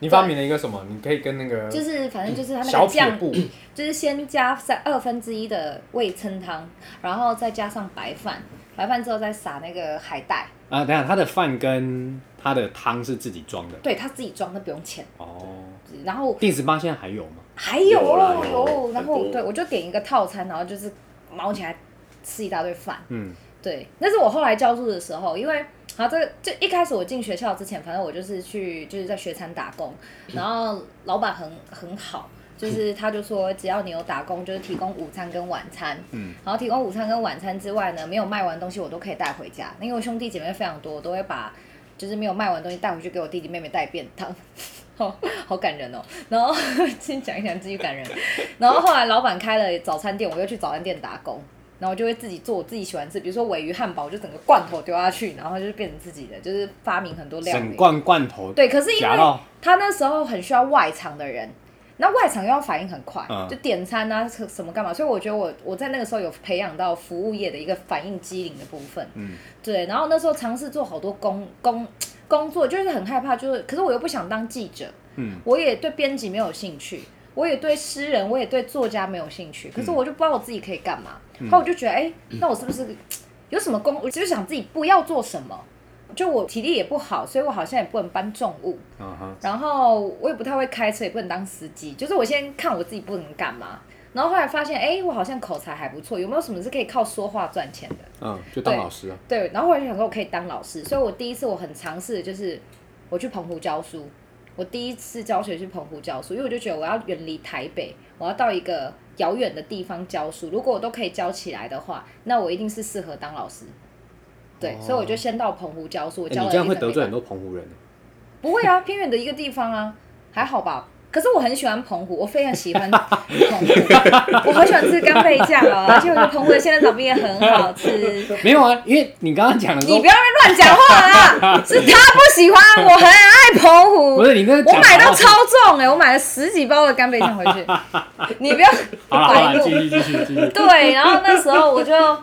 Speaker 1: 你发明了一个什么？你可以跟那个
Speaker 3: 就是反正就是它那
Speaker 1: 小
Speaker 3: 个
Speaker 1: 撇
Speaker 3: 酱
Speaker 1: 步，
Speaker 3: 就是先加三二分之一的味噌汤，然后再加上白饭，白饭之后再撒那个海带，
Speaker 1: 啊，等一下他的饭跟他的汤是自己装的
Speaker 3: 对他自己装的不用钱。
Speaker 1: 哦。
Speaker 3: 然后
Speaker 1: 定十八现在还有吗？
Speaker 3: 还有哦
Speaker 2: 有啦有
Speaker 3: 有，然
Speaker 2: 很
Speaker 3: 后
Speaker 2: 多
Speaker 3: 对我就点一个套餐，然后就是毛起来吃一大堆饭。
Speaker 1: 嗯，
Speaker 3: 对，那是我后来教书的时候，因为好这个就一开始我进学校之前，反正我就是去就是在学餐打工，然后老板很很好，就是他就说只要你有打工，就是提供午餐跟晚餐，
Speaker 1: 嗯，
Speaker 3: 然后提供午餐跟晚餐之外呢，没有卖完的东西我都可以带回家，因为我兄弟姐妹非常多，我都会把就是没有卖完的东西带回去给我弟弟妹妹带便当。 好好感人哦，然后 先讲一讲继续感人，然后后来老板开了早餐店，我又去早餐店打工，然后我就会自己做我自己喜欢吃，比如说尾鱼汉堡，我就整个罐头丢下去，然后就是变成自己的，就是发明很多料
Speaker 1: 整
Speaker 3: 理。
Speaker 1: 罐罐头，
Speaker 3: 对，可是因
Speaker 1: 夹
Speaker 3: 为
Speaker 1: 到
Speaker 3: 他那时候很需要外场的人，那外场又要反应很快，
Speaker 1: 嗯
Speaker 3: 就点餐啊什什么干嘛，所以我觉得我我在那个时候有培养到服务业的一个反应机灵的部分。
Speaker 1: 嗯，
Speaker 3: 对，然后那时候尝试做好多工工工作，就是很害怕，就是可是我又不想当记者，
Speaker 1: 嗯，
Speaker 3: 我也对编辑没有兴趣，我也对诗人，我也对作家没有兴
Speaker 1: 嗯
Speaker 3: 趣，可是我就不知道我自己可以干嘛。后来我就觉得，哎、那我是不是有什么工？我就是想自己不要做什么。就我体力也不好，所以我好像也不能搬重物，
Speaker 1: 嗯哼，
Speaker 3: 然后我也不太会开车，也不能当司机。就是我先看我自己不能干嘛，然后后来发现，哎、我好像口才还不错，有没有什么是可以靠说话赚钱的？
Speaker 1: 嗯，就当
Speaker 3: 对
Speaker 1: 老师啊，
Speaker 3: 对，然后我就想说，我可以当老师，所以我第一次我很尝试，就是我去澎湖教书。我第一次教学去澎湖教书，因为我就觉得我要远离台北，我要到一个遥远的地方教书。如果我都可以教起来的话，那我一定是适合当老师。对，所以我就先到澎湖教书。我
Speaker 1: 哎
Speaker 3: 教
Speaker 1: 你
Speaker 3: 了
Speaker 1: 这样
Speaker 3: 一
Speaker 1: 会
Speaker 3: 整
Speaker 1: 得
Speaker 3: 年
Speaker 1: 罪很多澎湖人。
Speaker 3: 不会啊，偏远的一个地方啊，还好吧。可是我很喜欢澎湖，我非常喜欢 澎湖，我很喜欢吃干贝酱啊，而且我觉得澎湖的仙人掌冰也很 好吃。
Speaker 1: 没有啊，因为你刚刚讲的时
Speaker 3: 你
Speaker 1: 候
Speaker 3: 不，要乱讲话啦！是他不喜欢，我很爱澎湖。
Speaker 1: 不是你那个
Speaker 3: 我
Speaker 1: 讲
Speaker 3: 买到
Speaker 1: 好
Speaker 3: 超重哎、我买了十几包的干贝酱回 去。你不要
Speaker 1: 好了好
Speaker 3: 白
Speaker 1: 了，继
Speaker 3: 录。
Speaker 1: 续继续继 续。
Speaker 3: 对，然后那时候我就，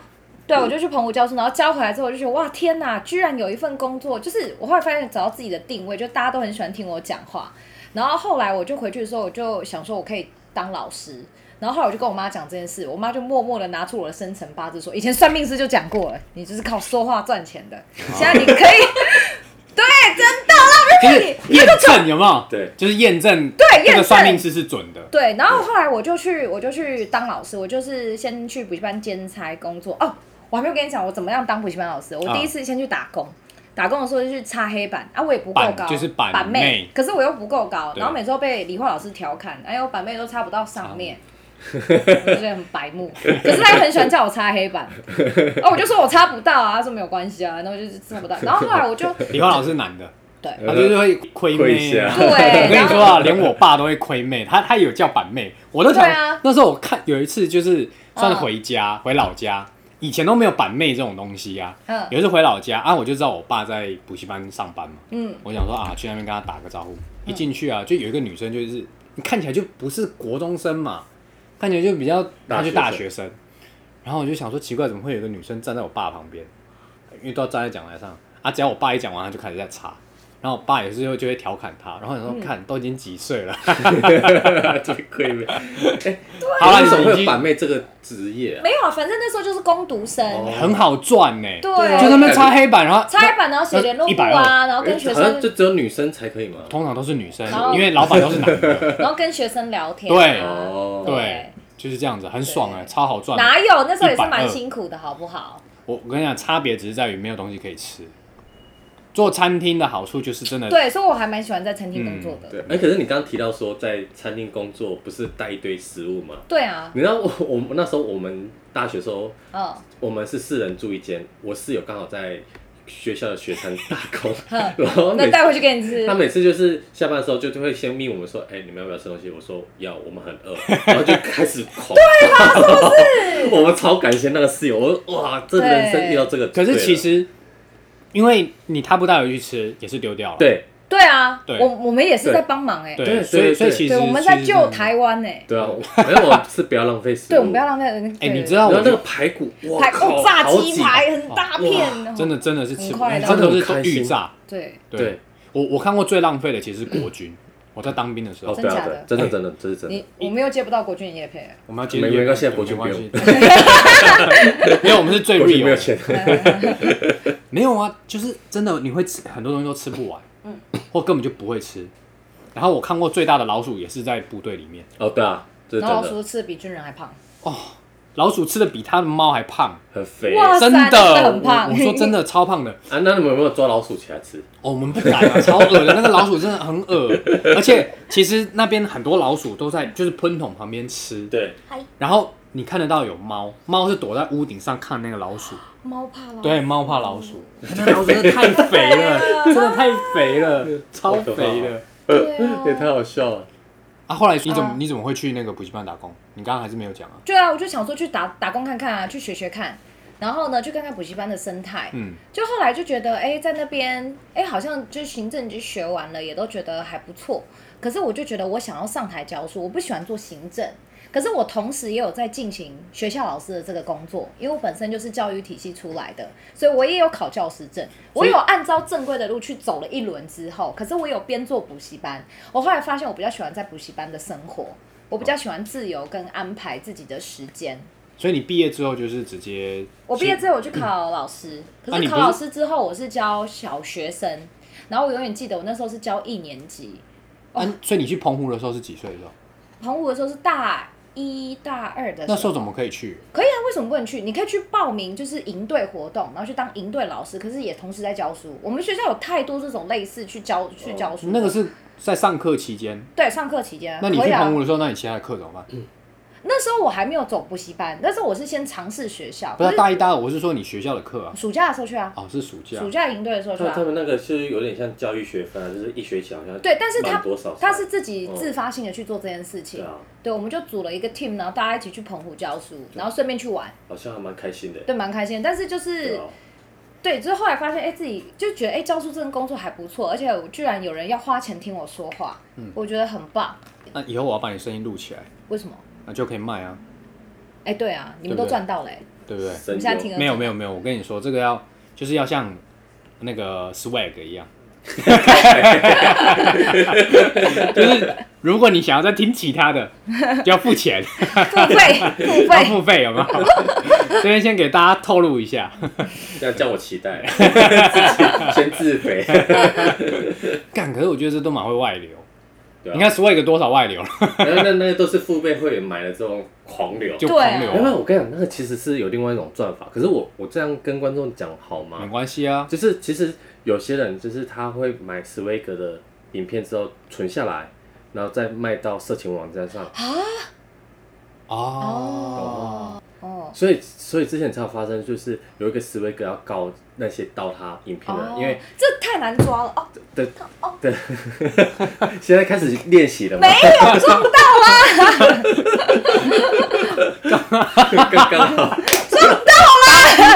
Speaker 3: 对我就去澎湖教书，然后教回来之后我就觉得哇天哪，居然有一份工作，就是我后来发现找到自己的定位，就大家都很喜欢听我讲话。然后后来我就回去的时候，我就想说我可以当老师。然后后来我就跟我妈讲这件事，我妈就默默的拿出我的生辰八字说，以前算命师就讲过了，你就是靠说话赚钱的，现在你可以， 对，真的啦，
Speaker 1: 就
Speaker 3: 我就是可以，
Speaker 1: 验证有没有？
Speaker 2: 对
Speaker 1: 就是验证
Speaker 3: 对
Speaker 1: 这
Speaker 3: 验
Speaker 1: 个
Speaker 3: 证
Speaker 1: 算命师是准的。
Speaker 3: 对，然后后来我就去，我就去当老师，我就是先去补习班兼差工作。哦，我还没有跟你讲我怎么样当补习班老师。我
Speaker 1: 啊
Speaker 3: 第一次先去打工，打工的时候就去擦黑板啊，我也不够
Speaker 1: 板
Speaker 3: 高，
Speaker 1: 就是板
Speaker 3: 板
Speaker 1: 妹
Speaker 3: 可是我又不够高，
Speaker 1: 对
Speaker 3: 然后每次都被理化老师调侃，哎呦，板妹都擦不到上面。我就觉得很 白目，可是他又很喜欢叫我擦黑板，哦，我就说我擦不到啊，他说没有关系啊，然后我就是擦不到，然后后来我就
Speaker 1: 理化老师是男的，
Speaker 3: 对，
Speaker 1: 他就是会亏
Speaker 2: 亏
Speaker 1: 妹
Speaker 2: 一
Speaker 1: 啊。
Speaker 2: 下
Speaker 1: 我
Speaker 3: 对，
Speaker 1: 跟
Speaker 3: 然
Speaker 1: 你
Speaker 3: 后
Speaker 1: 说啊，连我爸都会亏妹，他他有叫板妹，我都想、
Speaker 3: 对啊
Speaker 1: 那时候我看有一次就是算是
Speaker 3: 嗯
Speaker 1: 回家、回老家，以前都没有板妹这种东西啊。
Speaker 3: 嗯
Speaker 1: 有一次回老家啊，我就知道我爸在补习班上班嘛，
Speaker 3: 嗯，
Speaker 1: 我想说啊，去那边跟他打个招呼。一进去啊，就有一个女生，就是你看起来就不是国中生嘛，看起来就比较她就大
Speaker 2: 大
Speaker 1: 学
Speaker 2: 学
Speaker 1: 生。然后我就想说，奇怪，怎么会有一个女生站在我爸旁边？因为都要站在讲台上啊。只要我爸一讲完，她就开始在查。然后我爸也是就就会调侃他，然后
Speaker 3: 嗯
Speaker 1: 你说看都已经几岁了，
Speaker 2: 这个闺蜜，
Speaker 1: 好了，
Speaker 2: 你怎么会
Speaker 1: 你
Speaker 2: 有
Speaker 1: 已
Speaker 2: 板
Speaker 1: 经
Speaker 2: 妹这个职业啊？
Speaker 3: 没有啊，反正那时候就是攻读生，
Speaker 2: 哦
Speaker 1: 很好赚呢，
Speaker 3: 对，
Speaker 1: 啊就在那边擦黑板，然后
Speaker 3: 擦黑板，然后写联络簿啊，然后跟学
Speaker 2: 好像
Speaker 3: 生，
Speaker 2: 就只有女生才可以吗？
Speaker 1: 通常都是女生
Speaker 3: 然后，
Speaker 1: 因为老板都是男的，
Speaker 3: 然后跟学生聊天啊，
Speaker 1: 对
Speaker 2: 哦
Speaker 1: 对，就是这样子，很爽哎，
Speaker 3: 对
Speaker 1: 超好赚的。
Speaker 3: 哪有？那时候也是蛮
Speaker 1: 120
Speaker 3: 辛苦的，好不好？
Speaker 1: 我我跟你讲，差别只是在于没有东西可以吃。做餐厅的好处就是真的，
Speaker 3: 对，所以我还蛮喜欢在餐厅工作的。
Speaker 2: 对，哎，可是你刚刚提到说在餐厅工作，不是带一堆食物吗？
Speaker 3: 对啊，
Speaker 2: 你知道我我们那时候我们大学时候，
Speaker 3: 嗯，
Speaker 2: 我们是四人住一间，我室友刚好在学校的学餐打工
Speaker 3: 哼，
Speaker 2: 然后每
Speaker 3: 那
Speaker 2: 次
Speaker 3: 带回去给你吃
Speaker 2: 他。每次就是下班的时候就就会先命我们说，哎、你们要不要吃东西？我说要，我们很 饿，然后就开始狂对吧？
Speaker 3: 啊
Speaker 2: 是不 是？我们超感谢那个室友，我说哇，这
Speaker 3: 对
Speaker 2: 人生遇到这个
Speaker 1: 可
Speaker 2: 对了，
Speaker 1: 是其实，因为你他不带回去吃，也是丢掉了。
Speaker 2: 对
Speaker 3: 对啊，
Speaker 1: 对
Speaker 3: 我我们也是在帮忙哎，
Speaker 1: 对，
Speaker 2: 对
Speaker 1: 所以
Speaker 2: 对
Speaker 1: 所以其实
Speaker 3: 对，我们在
Speaker 1: 其实
Speaker 3: 救台湾哎，
Speaker 2: 对啊，我没有，我是不要浪费食物。
Speaker 3: 对，我们不要。浪费人。
Speaker 1: 哎，
Speaker 3: 对
Speaker 1: 你知道
Speaker 2: 然后
Speaker 1: 我
Speaker 2: 那个排骨，哇
Speaker 3: 哦排
Speaker 2: 靠
Speaker 3: 哦，炸
Speaker 2: 好啊
Speaker 3: 鸡
Speaker 2: 几
Speaker 3: 排很大片，
Speaker 1: 真的真的是吃不，
Speaker 3: 很快
Speaker 1: 真的是
Speaker 3: 的
Speaker 2: 真的很
Speaker 1: 都
Speaker 2: 开心
Speaker 1: 预炸。
Speaker 3: 对，
Speaker 2: 对
Speaker 1: 对，，我我看过最浪费的其实是国 军，我在当兵的时
Speaker 2: 哦，
Speaker 1: 候，
Speaker 2: 对
Speaker 3: 真
Speaker 2: 啊
Speaker 3: 假的，哎
Speaker 2: 对真的真的，这是真的。
Speaker 3: 你我们又接不到国军叶配，
Speaker 1: 我们要接
Speaker 2: 没没关系啊国军
Speaker 1: 没关系
Speaker 2: 不
Speaker 1: 没有，我们是最
Speaker 2: 我去
Speaker 1: real，
Speaker 2: 没有钱，
Speaker 3: 啊
Speaker 1: 没有啊，就是真的，你会吃很多东西都吃不完，
Speaker 3: 嗯
Speaker 1: 或根本就不会吃。然后我看过最大的老鼠也是在部队里面，
Speaker 2: 哦，对啊，这是
Speaker 3: 然后
Speaker 2: 真
Speaker 3: 老
Speaker 2: 的，
Speaker 3: 鼠吃的比军人还胖，
Speaker 1: 老鼠吃的比他的猫还胖，
Speaker 2: 很肥
Speaker 3: 哇
Speaker 2: 啊。
Speaker 3: 塞
Speaker 1: 真
Speaker 3: 那真的很
Speaker 1: 我
Speaker 3: 胖
Speaker 1: 我说真的超胖的，
Speaker 2: 那你们有没有抓老鼠起来吃？
Speaker 1: 哦，我们不敢 啊，超恶的，那个老鼠真的很恶，而且其实那边很多老鼠都在就是喷筒旁边吃，
Speaker 2: 对，
Speaker 1: 然后你看得到有猫，猫是躲在屋顶上看那个老鼠，
Speaker 3: 猫怕老鼠
Speaker 1: 对，猫怕老鼠，哦那老鼠真的太肥了， 真的太肥了，超肥的。
Speaker 3: 对
Speaker 2: 也
Speaker 3: 啊
Speaker 2: 太好笑了。
Speaker 1: 啊，后来你怎么
Speaker 3: 啊
Speaker 1: 你怎么会去那个补习班打工？你刚刚还是没有讲啊。
Speaker 3: 对啊，我就想说去打打工看看啊，去学学看，然后呢，去看看补习班的生态。
Speaker 1: 嗯，
Speaker 3: 就后来就觉得，哎、在那边，哎、好像就行政就学完了，也都觉得还不错。可是我就觉得我想要上台教书，我不喜欢做行政。可是我同时也有在进行学校老师的这个工作，因为我本身就是教育体系出来的，所以我也有考教师证。我有按照正规的路去走了一轮之后，可是我有边做补习班。我后来发现我比较喜欢在补习班的生活，我比较喜欢自由跟安排自己的时间。
Speaker 1: 所以你毕业之后就是直接
Speaker 3: 我毕业之后我去考老师，可
Speaker 1: 啊
Speaker 3: 是
Speaker 1: 你不
Speaker 3: 考
Speaker 1: 是
Speaker 3: 老师之后我是教小学生，然后我永远记得我那时候是教一年级，
Speaker 1: 后，
Speaker 3: 哦
Speaker 1: 啊，所以你去澎湖的时候是几岁的时候？
Speaker 3: 澎湖的时候是大一大二的
Speaker 1: 那时候怎么可以去？
Speaker 3: 可以啊？为什么不能去？你可以去报名就是营队活动，然后去当营队老师，可是也同时在教书。我们学校有太多这种类似去教去教书的，
Speaker 1: 哦那个是在上课期间。
Speaker 3: 对上课期间啊，
Speaker 1: 那你
Speaker 3: 可
Speaker 1: 去
Speaker 3: 以啊
Speaker 1: 澎湖的时候，那你其他的课怎么办？
Speaker 3: 那时候我还没有走补习班，那时候我是先尝试学校，
Speaker 1: 不是
Speaker 3: 可
Speaker 1: 啊大一、大二，我是说你学校的课啊。
Speaker 3: 暑假的时候去啊，
Speaker 1: 哦，是暑假
Speaker 3: 暑。假营队的时候去
Speaker 2: 他
Speaker 3: 啊
Speaker 2: 他。们那个是有点像教育学分啊，就是一学期好像
Speaker 3: 对，但是他
Speaker 2: 满多少
Speaker 3: 他是自己自发性的去做这件事情。
Speaker 2: 对啊，
Speaker 3: 对，我们就组了一个 team，然后大家一起去澎湖教书，然后顺便去玩，
Speaker 2: 好像还蛮开心的。
Speaker 3: 对，蛮开心的。但是就是
Speaker 2: 对啊，
Speaker 3: 对，就是后来发现，哎，自己就觉得，哎，教书这份工作还不错，而且我居然有人要花钱听我说话，
Speaker 1: 嗯
Speaker 3: 我觉得很棒。
Speaker 1: 那以后我要把你声音录起来，
Speaker 3: 为什么？
Speaker 1: 那就可以卖啊，
Speaker 3: 哎，对啊，你
Speaker 1: 对
Speaker 3: 们
Speaker 1: 不
Speaker 3: 都
Speaker 1: 对
Speaker 3: 赚到 了，哎，
Speaker 1: 对不对？
Speaker 3: 我
Speaker 2: 神
Speaker 3: 们现在停
Speaker 2: 游
Speaker 3: 了。
Speaker 1: 没有没有没有，我跟你说，这个要就是要像那个 swag 一样， 就是如果你想要再听其他的，要付钱，
Speaker 3: 付费 付
Speaker 1: 要
Speaker 3: 费，
Speaker 1: 啊付费，有 没有？这边先给大家透露一下，
Speaker 2: 这样叫我期待， 自己先自肥。
Speaker 1: 干，可是我觉得这都蛮会外流。
Speaker 2: 对
Speaker 1: 你
Speaker 2: 啊，
Speaker 1: 看 swag 多少外流了，
Speaker 2: 那那那都是父辈会员买了之后狂流。
Speaker 1: 就
Speaker 3: 对啊
Speaker 1: 狂流
Speaker 2: 没有，
Speaker 1: 啊，
Speaker 2: 我跟你讲，那个其实是有另外一种赚法。可是我我这样跟观众讲好
Speaker 1: 没
Speaker 2: 吗？
Speaker 1: 关系啊，
Speaker 2: 就是其实有些人就是他会买斯威格的影片之后存下来，然后再卖到色情网站上。
Speaker 3: 啊
Speaker 1: 哦，
Speaker 3: 哦，
Speaker 2: 所以，所以之前才有发生，就是有一个斯威格要告那些盗他影片的人，
Speaker 3: 哦
Speaker 2: 因为
Speaker 3: 这太难抓了 哦，
Speaker 2: 对
Speaker 3: 哦
Speaker 2: 对， 现在开始练习了嘛
Speaker 3: 没，有抓到，
Speaker 2: 刚刚好，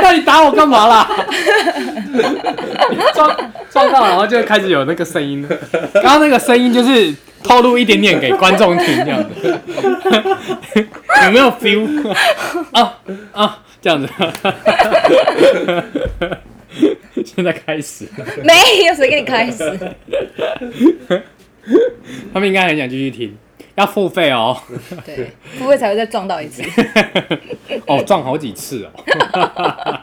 Speaker 1: 那你打我干嘛啦？ 撞撞到，然后就开始有那个声音了。刚刚那个声音就是透露一点点给观众听，这样子，有没有 feel？啊啊，这样子。现在开始，
Speaker 3: 没有谁跟你开始，
Speaker 1: 他们应该很想继续听，要付费 哦，
Speaker 3: 对，不会才会再撞到一次。
Speaker 1: 哦，撞好几次哦，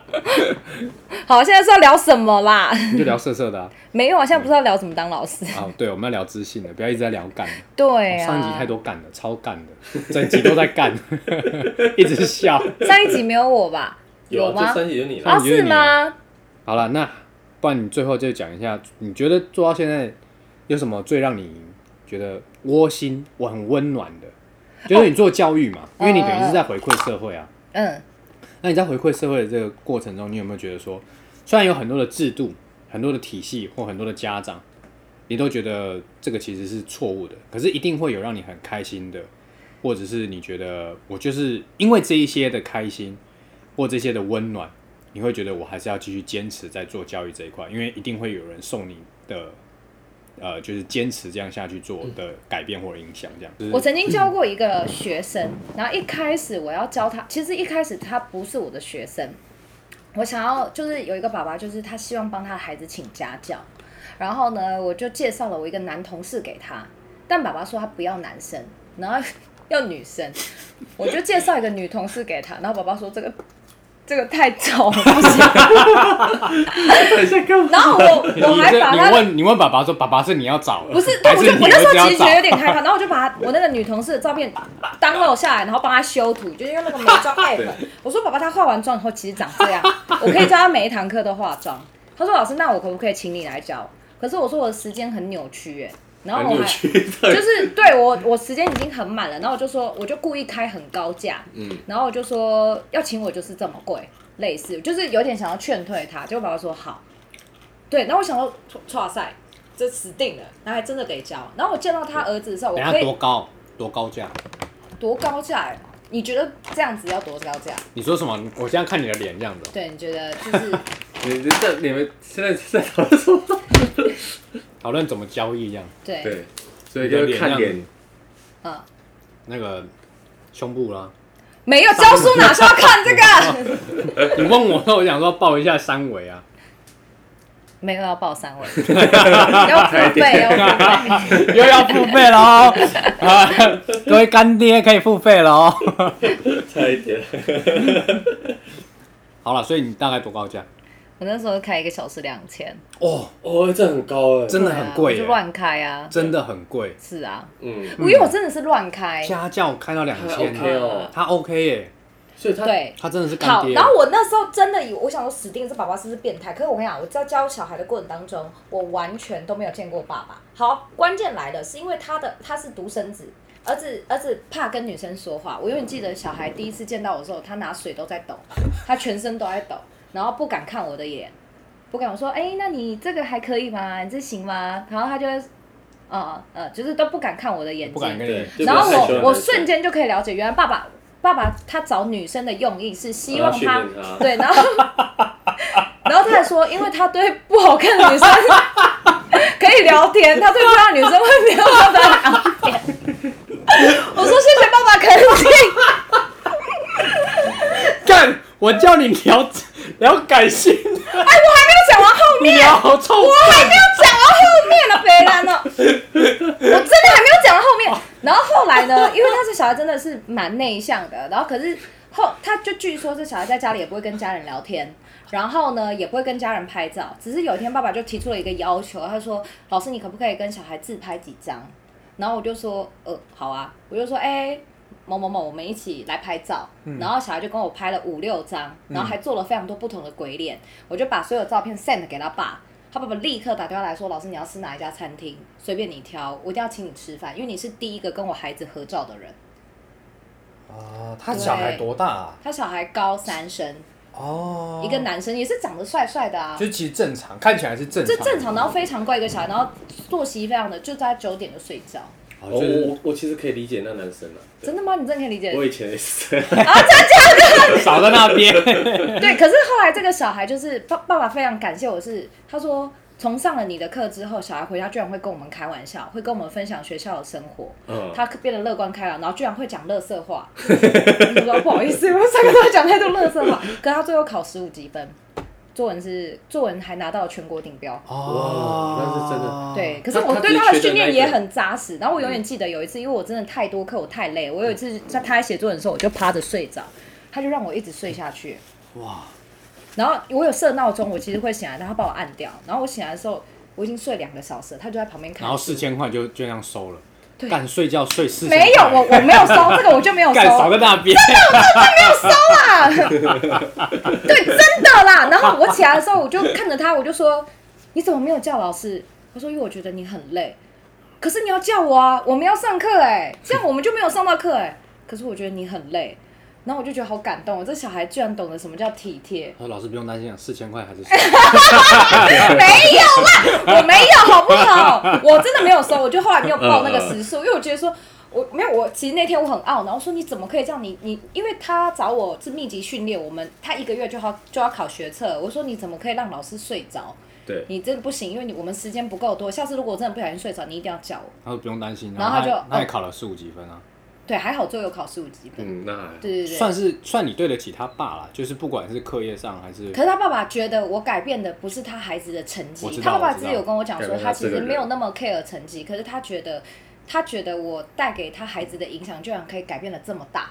Speaker 3: 好，现在是要聊什么啦？
Speaker 1: 你就聊色色的啊，
Speaker 3: 没有啊，现在不知道聊什么当老师。
Speaker 1: 啊对，我们要聊知性的，不要一直在聊干的，
Speaker 3: 对啊，
Speaker 1: 哦上一集太，多干的，超干的，整集都在干， 一直笑。
Speaker 3: 上一集没有我吧？
Speaker 2: 有啊，
Speaker 3: 吗
Speaker 2: 这？三集有你了。
Speaker 1: 上
Speaker 3: 啊，
Speaker 1: 一集就是是你啊
Speaker 3: 吗？
Speaker 1: 好了，那不然你最后就讲一下，你觉得做到现在有什么最让你觉得窝心、我很温暖的？就是你做教育嘛，因为你等于是在回馈社会啊。
Speaker 3: 嗯，
Speaker 1: 那你在回馈社会的这个过程中，你有没有觉得说，虽然有很多的制度、很多的体系或很多的家长，你都觉得这个其实是错误的，可是一定会有让你很开心的，或者是你觉得我就是因为这一些的开心或这些的温暖，你会觉得我还是要继续坚持在做教育这一块，因为一定会有人送你的。呃，就是坚持这样下去做的改变或者影响，这样。就是
Speaker 3: 我曾经
Speaker 1: 嗯
Speaker 3: 教过一个学生，然后一开始我要教他，其实一开始他不是我的学生，我想要就是有一个爸爸，就是他希望帮他的孩子请家教，然后呢，我就介绍了我一个男同事给他，但爸爸说他不要男生，然后 要女生，我就介绍一个女同事给他，然后爸爸说这个。这个太吵了，不行。然后我
Speaker 1: 你
Speaker 3: 我还
Speaker 1: 这
Speaker 3: 把
Speaker 1: 你
Speaker 3: 他
Speaker 1: 问你问爸爸说，爸爸是你要找，
Speaker 3: 不是，对，
Speaker 1: 还
Speaker 3: 我
Speaker 1: 是
Speaker 3: 就
Speaker 1: 你
Speaker 3: 我那时
Speaker 1: 儿子
Speaker 3: 候
Speaker 1: 要
Speaker 3: 其实
Speaker 1: 找
Speaker 3: 觉得有点害怕，然后我就把我那个女同事的照片 download 下来，然后帮她修图，就是用那个美 妆 app。我说：“爸爸，她化完妆以后其实长这样，我可以教她每一堂课都化妆。”他说：“老师，那我可不可以请你来教？”可是我说我的时间很扭曲耶，然后
Speaker 2: 很
Speaker 3: 我
Speaker 2: 有
Speaker 3: 还
Speaker 2: 趣，
Speaker 3: 就
Speaker 2: 对，
Speaker 3: 是对我我时间已经很满了，然后我就说我就故意开很高价，
Speaker 2: 嗯，
Speaker 3: 然后我就说要请我就是这么贵，类似就是有点想要劝退他，结果爸爸说好，对，然后我想说，哇塞，这死定了，然后还真的得交。然后我见到他儿子的时候，我
Speaker 1: 等
Speaker 3: 可
Speaker 1: 下多
Speaker 3: 以
Speaker 1: 高多高价？
Speaker 3: 多高价欸？你觉得这样子要多高价？
Speaker 1: 你说什么？我现在看你的脸这样子哦。
Speaker 3: 对，你觉得 就是
Speaker 2: 你你这你们现在在讨论什么？
Speaker 1: 讨论怎么交易这样，
Speaker 3: 对，
Speaker 2: 对，所以就是看脸，
Speaker 3: 嗯，
Speaker 1: 那个胸部啦。
Speaker 3: 没有教书哪需要看这 个？
Speaker 1: 你问我，我想说报一下三围啊，
Speaker 3: 没有要报三位，要付费，要付费。
Speaker 1: 又要付费了 哦。啊，各位干爹可以付费了哦。
Speaker 2: 差一点。
Speaker 1: 好了，所以你大概多高价？
Speaker 3: 我那时候开一个小时两千，
Speaker 1: 哦，
Speaker 2: 哦，这很高哎，
Speaker 1: 真的很贵
Speaker 3: 对啊我就
Speaker 1: 耶，
Speaker 3: 乱开啊，
Speaker 1: 真的很贵。
Speaker 3: 是啊，
Speaker 2: 嗯，
Speaker 3: 因为我真的是乱开，
Speaker 1: 家教开到两
Speaker 2: 还
Speaker 1: 千，
Speaker 2: OK 哦，
Speaker 1: 他 OK 耶，
Speaker 2: 所以他
Speaker 3: 对，
Speaker 1: 他真的是干
Speaker 3: 好，
Speaker 1: 爹。
Speaker 3: 然后我那时候真的以为我想说死定了，这爸爸是不是变态？可是我跟你讲，我在教小孩的过程当中，我完全都没有见过爸爸。好，关键来了，是因为他的他是独生子，儿子儿子怕跟女生说话。我永远记得小孩第一次见到我的时候，他拿水都在抖，他全身都在抖，然后不敢看我的眼，不敢我说，哎、那你这个还可以吗？你这行吗？然后他就会，呃呃，就是都不敢看我的眼睛，
Speaker 1: 不敢跟
Speaker 2: 对
Speaker 1: 你，
Speaker 2: 就比较
Speaker 3: 然后
Speaker 2: 害羞的
Speaker 3: 我我
Speaker 2: 男生
Speaker 3: 瞬间就可以了解，原来爸爸爸爸他找女生的用意是希望
Speaker 2: 我要训
Speaker 3: 他
Speaker 2: 练他
Speaker 3: 对，然后然后他还说，因为他对不好看的女生 可以聊天，他对漂亮的女生会没有办法聊天。我说谢谢爸爸肯定，
Speaker 1: 干，我叫你聊聊感性，
Speaker 3: 哎我还没有讲完后
Speaker 1: 你
Speaker 3: 面，
Speaker 1: 聊好臭。
Speaker 3: 我还没有讲到后面呢，北兰呢，我真的还没有讲到后面。然后后来呢，因为他这小孩真的是蛮内向的，然后可是后他就据说这小孩在家里也不会跟家人聊天，然后呢也不会跟家人拍照，只是有一天爸爸就提出了一个要求，他说：“老师，你可不可以跟小孩自拍几张？”然后我就说：“呃，好啊。”我就说：“哎、某某某，我们一起来拍照。
Speaker 1: 嗯
Speaker 3: 然后小孩就跟我拍了五六张，然后还做了非常多不同的鬼脸。我就把所有照片 send 给他爸，他爸爸立刻打电话来说：“老师，你要吃哪一家餐厅？随便你挑，我一定要请你吃饭，因为你是第一个跟我孩子合照的人。
Speaker 1: 啊，他
Speaker 3: 对
Speaker 1: 小孩多大啊？”
Speaker 3: 他小孩高三生，
Speaker 1: 哦，
Speaker 3: 一个男生也是长得帅帅的啊，
Speaker 1: 就其实正常，看起来是正常，
Speaker 3: 这正常，然后非常乖一个小孩，然后作息非常的，就在九点就睡觉。
Speaker 1: 哦。
Speaker 2: 我
Speaker 1: 就是
Speaker 2: 我我其实可以理解那男生啊，对
Speaker 3: 真的吗？你真的可以理解？
Speaker 2: 我以前也是这样，
Speaker 1: 少在那边，
Speaker 3: 对，可是后来这个小孩就是爸爸爸非常感谢我是，他说从上了你的课之后，小孩回家居然会跟我们开玩笑，会跟我们分享学校的生活，
Speaker 2: 嗯，
Speaker 3: 他变得乐观开朗，然后居然会讲乐色话。 我说不好意思，我上课都讲太多乐色话，可是他最后考十五积分，作文是作文还拿到了全国顶标。
Speaker 1: 哦
Speaker 2: 哇那是真的
Speaker 3: 对，可是
Speaker 2: 他
Speaker 3: 我
Speaker 2: 他
Speaker 3: 对
Speaker 2: 只是
Speaker 3: 他的
Speaker 2: 缺的
Speaker 3: 训
Speaker 2: 那
Speaker 3: 练
Speaker 2: 一
Speaker 3: 也
Speaker 2: 个
Speaker 3: 很扎实。然后我永远记得有一次，因为我真的太多课，我太累，我有一次在他在写作文的时候，我就趴着睡着，他就让我一直睡下去。
Speaker 1: 哇，
Speaker 3: 然后我有设闹钟，我其实会醒来，但他把我按掉。然后我醒来的时候，我已经睡两个小时了，他就在旁边看书。
Speaker 1: 然后四千块就就这样收了，
Speaker 3: 对
Speaker 1: 干睡觉睡四
Speaker 3: 没有我我没有收这个，我就没有收。
Speaker 1: 干少在那边，
Speaker 3: 啊， 对，真的啦。然后我起来的时候，我就看着他，我就说：“你怎么没有叫老师？”他说：“因为我觉得你很累，可是你要叫我啊，我们要上课哎、这样我们就没有上到课哎、可是我觉得你很累。”然后我就觉得好感动哦，这小孩居然懂得什么叫体贴。
Speaker 1: 他说老师不用担心啊，四千块还是收。
Speaker 3: 没有啦，我没有，好不好？我真的没有收，我就后来没有报那个时数，因为我觉得说。我没有，我其实那天我很懊恼，我说你怎么可以这样？你你，因为他找我是密集训练，我们他一个月就要就要考学测，我说你怎么可以让老师睡着？
Speaker 2: 对，
Speaker 3: 你真的不行，因为你我们时间不够多。下次如果我真的不小心睡着，你一定要叫我。
Speaker 1: 他说不用担心，
Speaker 3: 然后他就
Speaker 1: 那也考了十五几分啊，
Speaker 3: 对，还好最后有考十五级分。
Speaker 2: 嗯，那还好
Speaker 3: 对对对，
Speaker 1: 算是算你对得起他爸啦，就是不管是课业上还是
Speaker 3: 可是他爸爸觉得我改变的不是他孩子的成
Speaker 1: 我
Speaker 3: 绩，
Speaker 1: 知道
Speaker 3: 他爸爸
Speaker 1: 我知
Speaker 3: 自
Speaker 1: 道
Speaker 3: 己有跟我讲说，
Speaker 2: 改变
Speaker 3: 他
Speaker 2: 他
Speaker 3: 其
Speaker 2: 这
Speaker 3: 实
Speaker 2: 个人
Speaker 3: 没有那么 care 成绩，可是他觉得他觉得我带给他孩子的影响居然可以改变的这么大，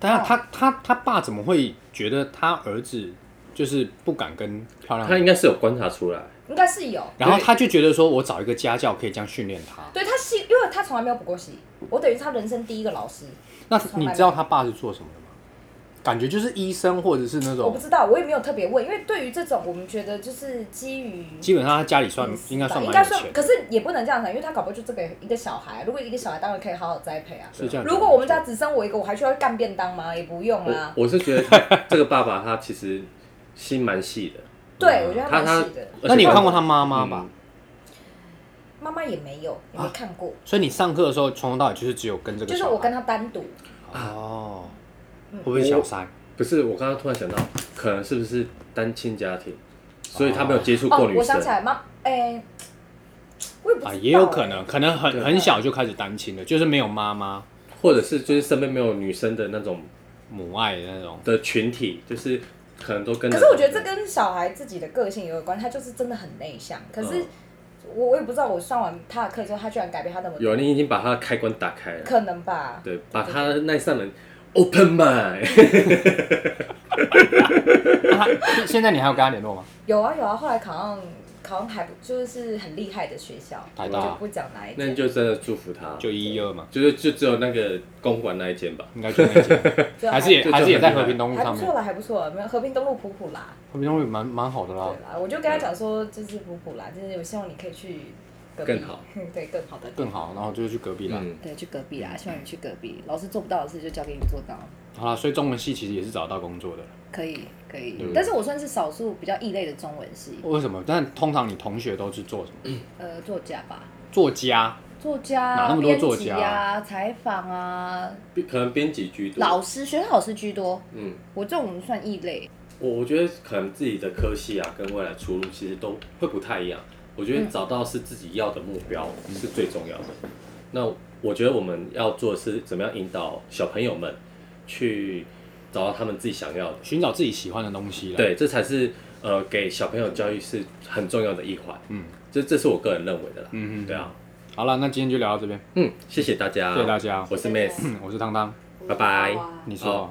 Speaker 1: 但
Speaker 3: 哦
Speaker 1: 是他他他爸怎么会觉得他儿子就是不敢跟漂亮
Speaker 2: 他
Speaker 1: 的？
Speaker 2: 应该是有观察出来，
Speaker 3: 应该是有。
Speaker 1: 然后他就觉得说，我找一个家教可以这样训练他。
Speaker 3: 对他是因为他从来没有补过习，我等于是他人生第一个老师，
Speaker 1: 那
Speaker 3: 从来没
Speaker 1: 你知道他爸是做什么的吗？感觉就是医生或者是那
Speaker 3: 我
Speaker 1: 种
Speaker 3: 不，知道，我也没有特别问，因为对于这种我们觉得就是基于
Speaker 1: 基本上他家里算
Speaker 3: 隐私吧
Speaker 1: 应该算
Speaker 3: 嗯应
Speaker 1: 蛮
Speaker 3: 该
Speaker 1: 有
Speaker 3: 算，
Speaker 1: 钱，
Speaker 3: 可是也不能这样讲，因为他搞不好就这个一个小孩，如果一个小孩当然可以好好栽培啊。
Speaker 1: 是这样。哦
Speaker 3: 如果我们家只生我一个，我还需要干便当吗？也不用啊。
Speaker 2: 我我是觉 得他这个爸爸他其实心蛮细的，
Speaker 3: 对，我觉得
Speaker 2: 他
Speaker 3: 还蛮
Speaker 2: 他
Speaker 3: 细的。，
Speaker 1: 那你有看过他妈妈吧
Speaker 2: 嗯？
Speaker 3: 妈妈也没有，也没看过，
Speaker 1: 所以你上课的时候从头到尾就是只有跟这个
Speaker 3: 就
Speaker 1: 小孩，
Speaker 3: 是我跟他单独。
Speaker 1: 哦，
Speaker 3: 嗯
Speaker 1: 会不会小三？
Speaker 2: 不是，我刚刚突然想到，可能是不是单亲家庭，所以他没有接触过
Speaker 3: 哦，
Speaker 2: 女
Speaker 3: 我
Speaker 2: 生
Speaker 3: 想起。来，妈，哎，我也不知道
Speaker 1: 啊，
Speaker 3: 哎
Speaker 1: 也有可能，可能很
Speaker 2: 对
Speaker 1: 很小就开始单亲了，就是没有妈妈
Speaker 2: 或者是就是身边没有女生的那种
Speaker 1: 母爱的那种。
Speaker 2: 的群体，就是可能都跟着。
Speaker 3: 可是我觉得这跟小孩自己的个性也有关，他就是真的很内向。可是
Speaker 2: 嗯
Speaker 3: 我我也不知道，我上完他的课之后，他居然改变他那么
Speaker 2: 有
Speaker 3: 多，
Speaker 2: 你已经把他的开关打开了，
Speaker 3: 可能吧？
Speaker 2: 对，把他的那一扇门 open mind。
Speaker 3: 嗯
Speaker 1: 那他现现在你还有跟他联络 吗？
Speaker 3: 有啊有啊，后来考上考上还不就是很厉害的学校，
Speaker 1: 台
Speaker 3: 我就
Speaker 1: 大
Speaker 3: 不讲哪一
Speaker 2: 那你
Speaker 3: 间。
Speaker 2: 就真的祝福他，
Speaker 1: 就一一二嘛，
Speaker 2: 就是就只有那个公馆那一间吧。
Speaker 1: 应该就那间，
Speaker 3: 就
Speaker 1: 还是也
Speaker 2: 就
Speaker 1: 还是也
Speaker 2: 就很
Speaker 1: 在
Speaker 2: 厉害
Speaker 1: 和平东路
Speaker 3: 还
Speaker 1: 上
Speaker 3: 不
Speaker 1: 面
Speaker 3: 错，啦，还不错啦，没有和平东路普普啦。
Speaker 1: 和平东路蛮蛮好的啦
Speaker 3: 对。啦，我就跟他讲说，就是普普啦，就是我希望你可以去隔壁
Speaker 2: 更好，
Speaker 3: 对，更好的地方
Speaker 1: 更，好，然后就去隔壁啦。
Speaker 2: 嗯，
Speaker 3: 对，去隔壁啦，希望你去隔壁。老师做不到的事就交给你做到，
Speaker 1: 好啦，所以中文系其实也是找到工作的。
Speaker 3: 可以可以。
Speaker 2: 对
Speaker 3: 但是我算是少数比较异类的中文系，
Speaker 1: 为什么？但通常你同学都是做什么？
Speaker 3: 呃，作家吧，
Speaker 1: 作家
Speaker 3: 作
Speaker 1: 哪
Speaker 3: 家、
Speaker 1: 那么多
Speaker 3: 编
Speaker 1: 作
Speaker 3: 辑
Speaker 1: 家
Speaker 3: 啊、采访啊，
Speaker 2: 比可能编辑居多。
Speaker 3: 老师、学校老师居多。
Speaker 2: 嗯，
Speaker 3: 我这种算异类，
Speaker 2: 我我觉得可能自己的科系啊，跟未来出路其实都会不太一样。我觉得找到是自己要的目标是最重要的。那我觉得我们要做的是怎么样引导小朋友们去找到他们自己想要的。
Speaker 1: 寻找自己喜欢的东西啦。，
Speaker 2: 对，这才是呃给小朋友教育是很重要的一环。
Speaker 1: 嗯，
Speaker 2: 这这是我个人认为的啦。
Speaker 1: 嗯嗯，
Speaker 2: 对。啊，
Speaker 1: 好了，那今天就聊到这边，
Speaker 2: 嗯，谢谢大家，
Speaker 1: 谢谢大家。嗯
Speaker 2: 我是 Miss，
Speaker 1: 嗯我是汤汤，
Speaker 2: 拜拜
Speaker 1: 你说。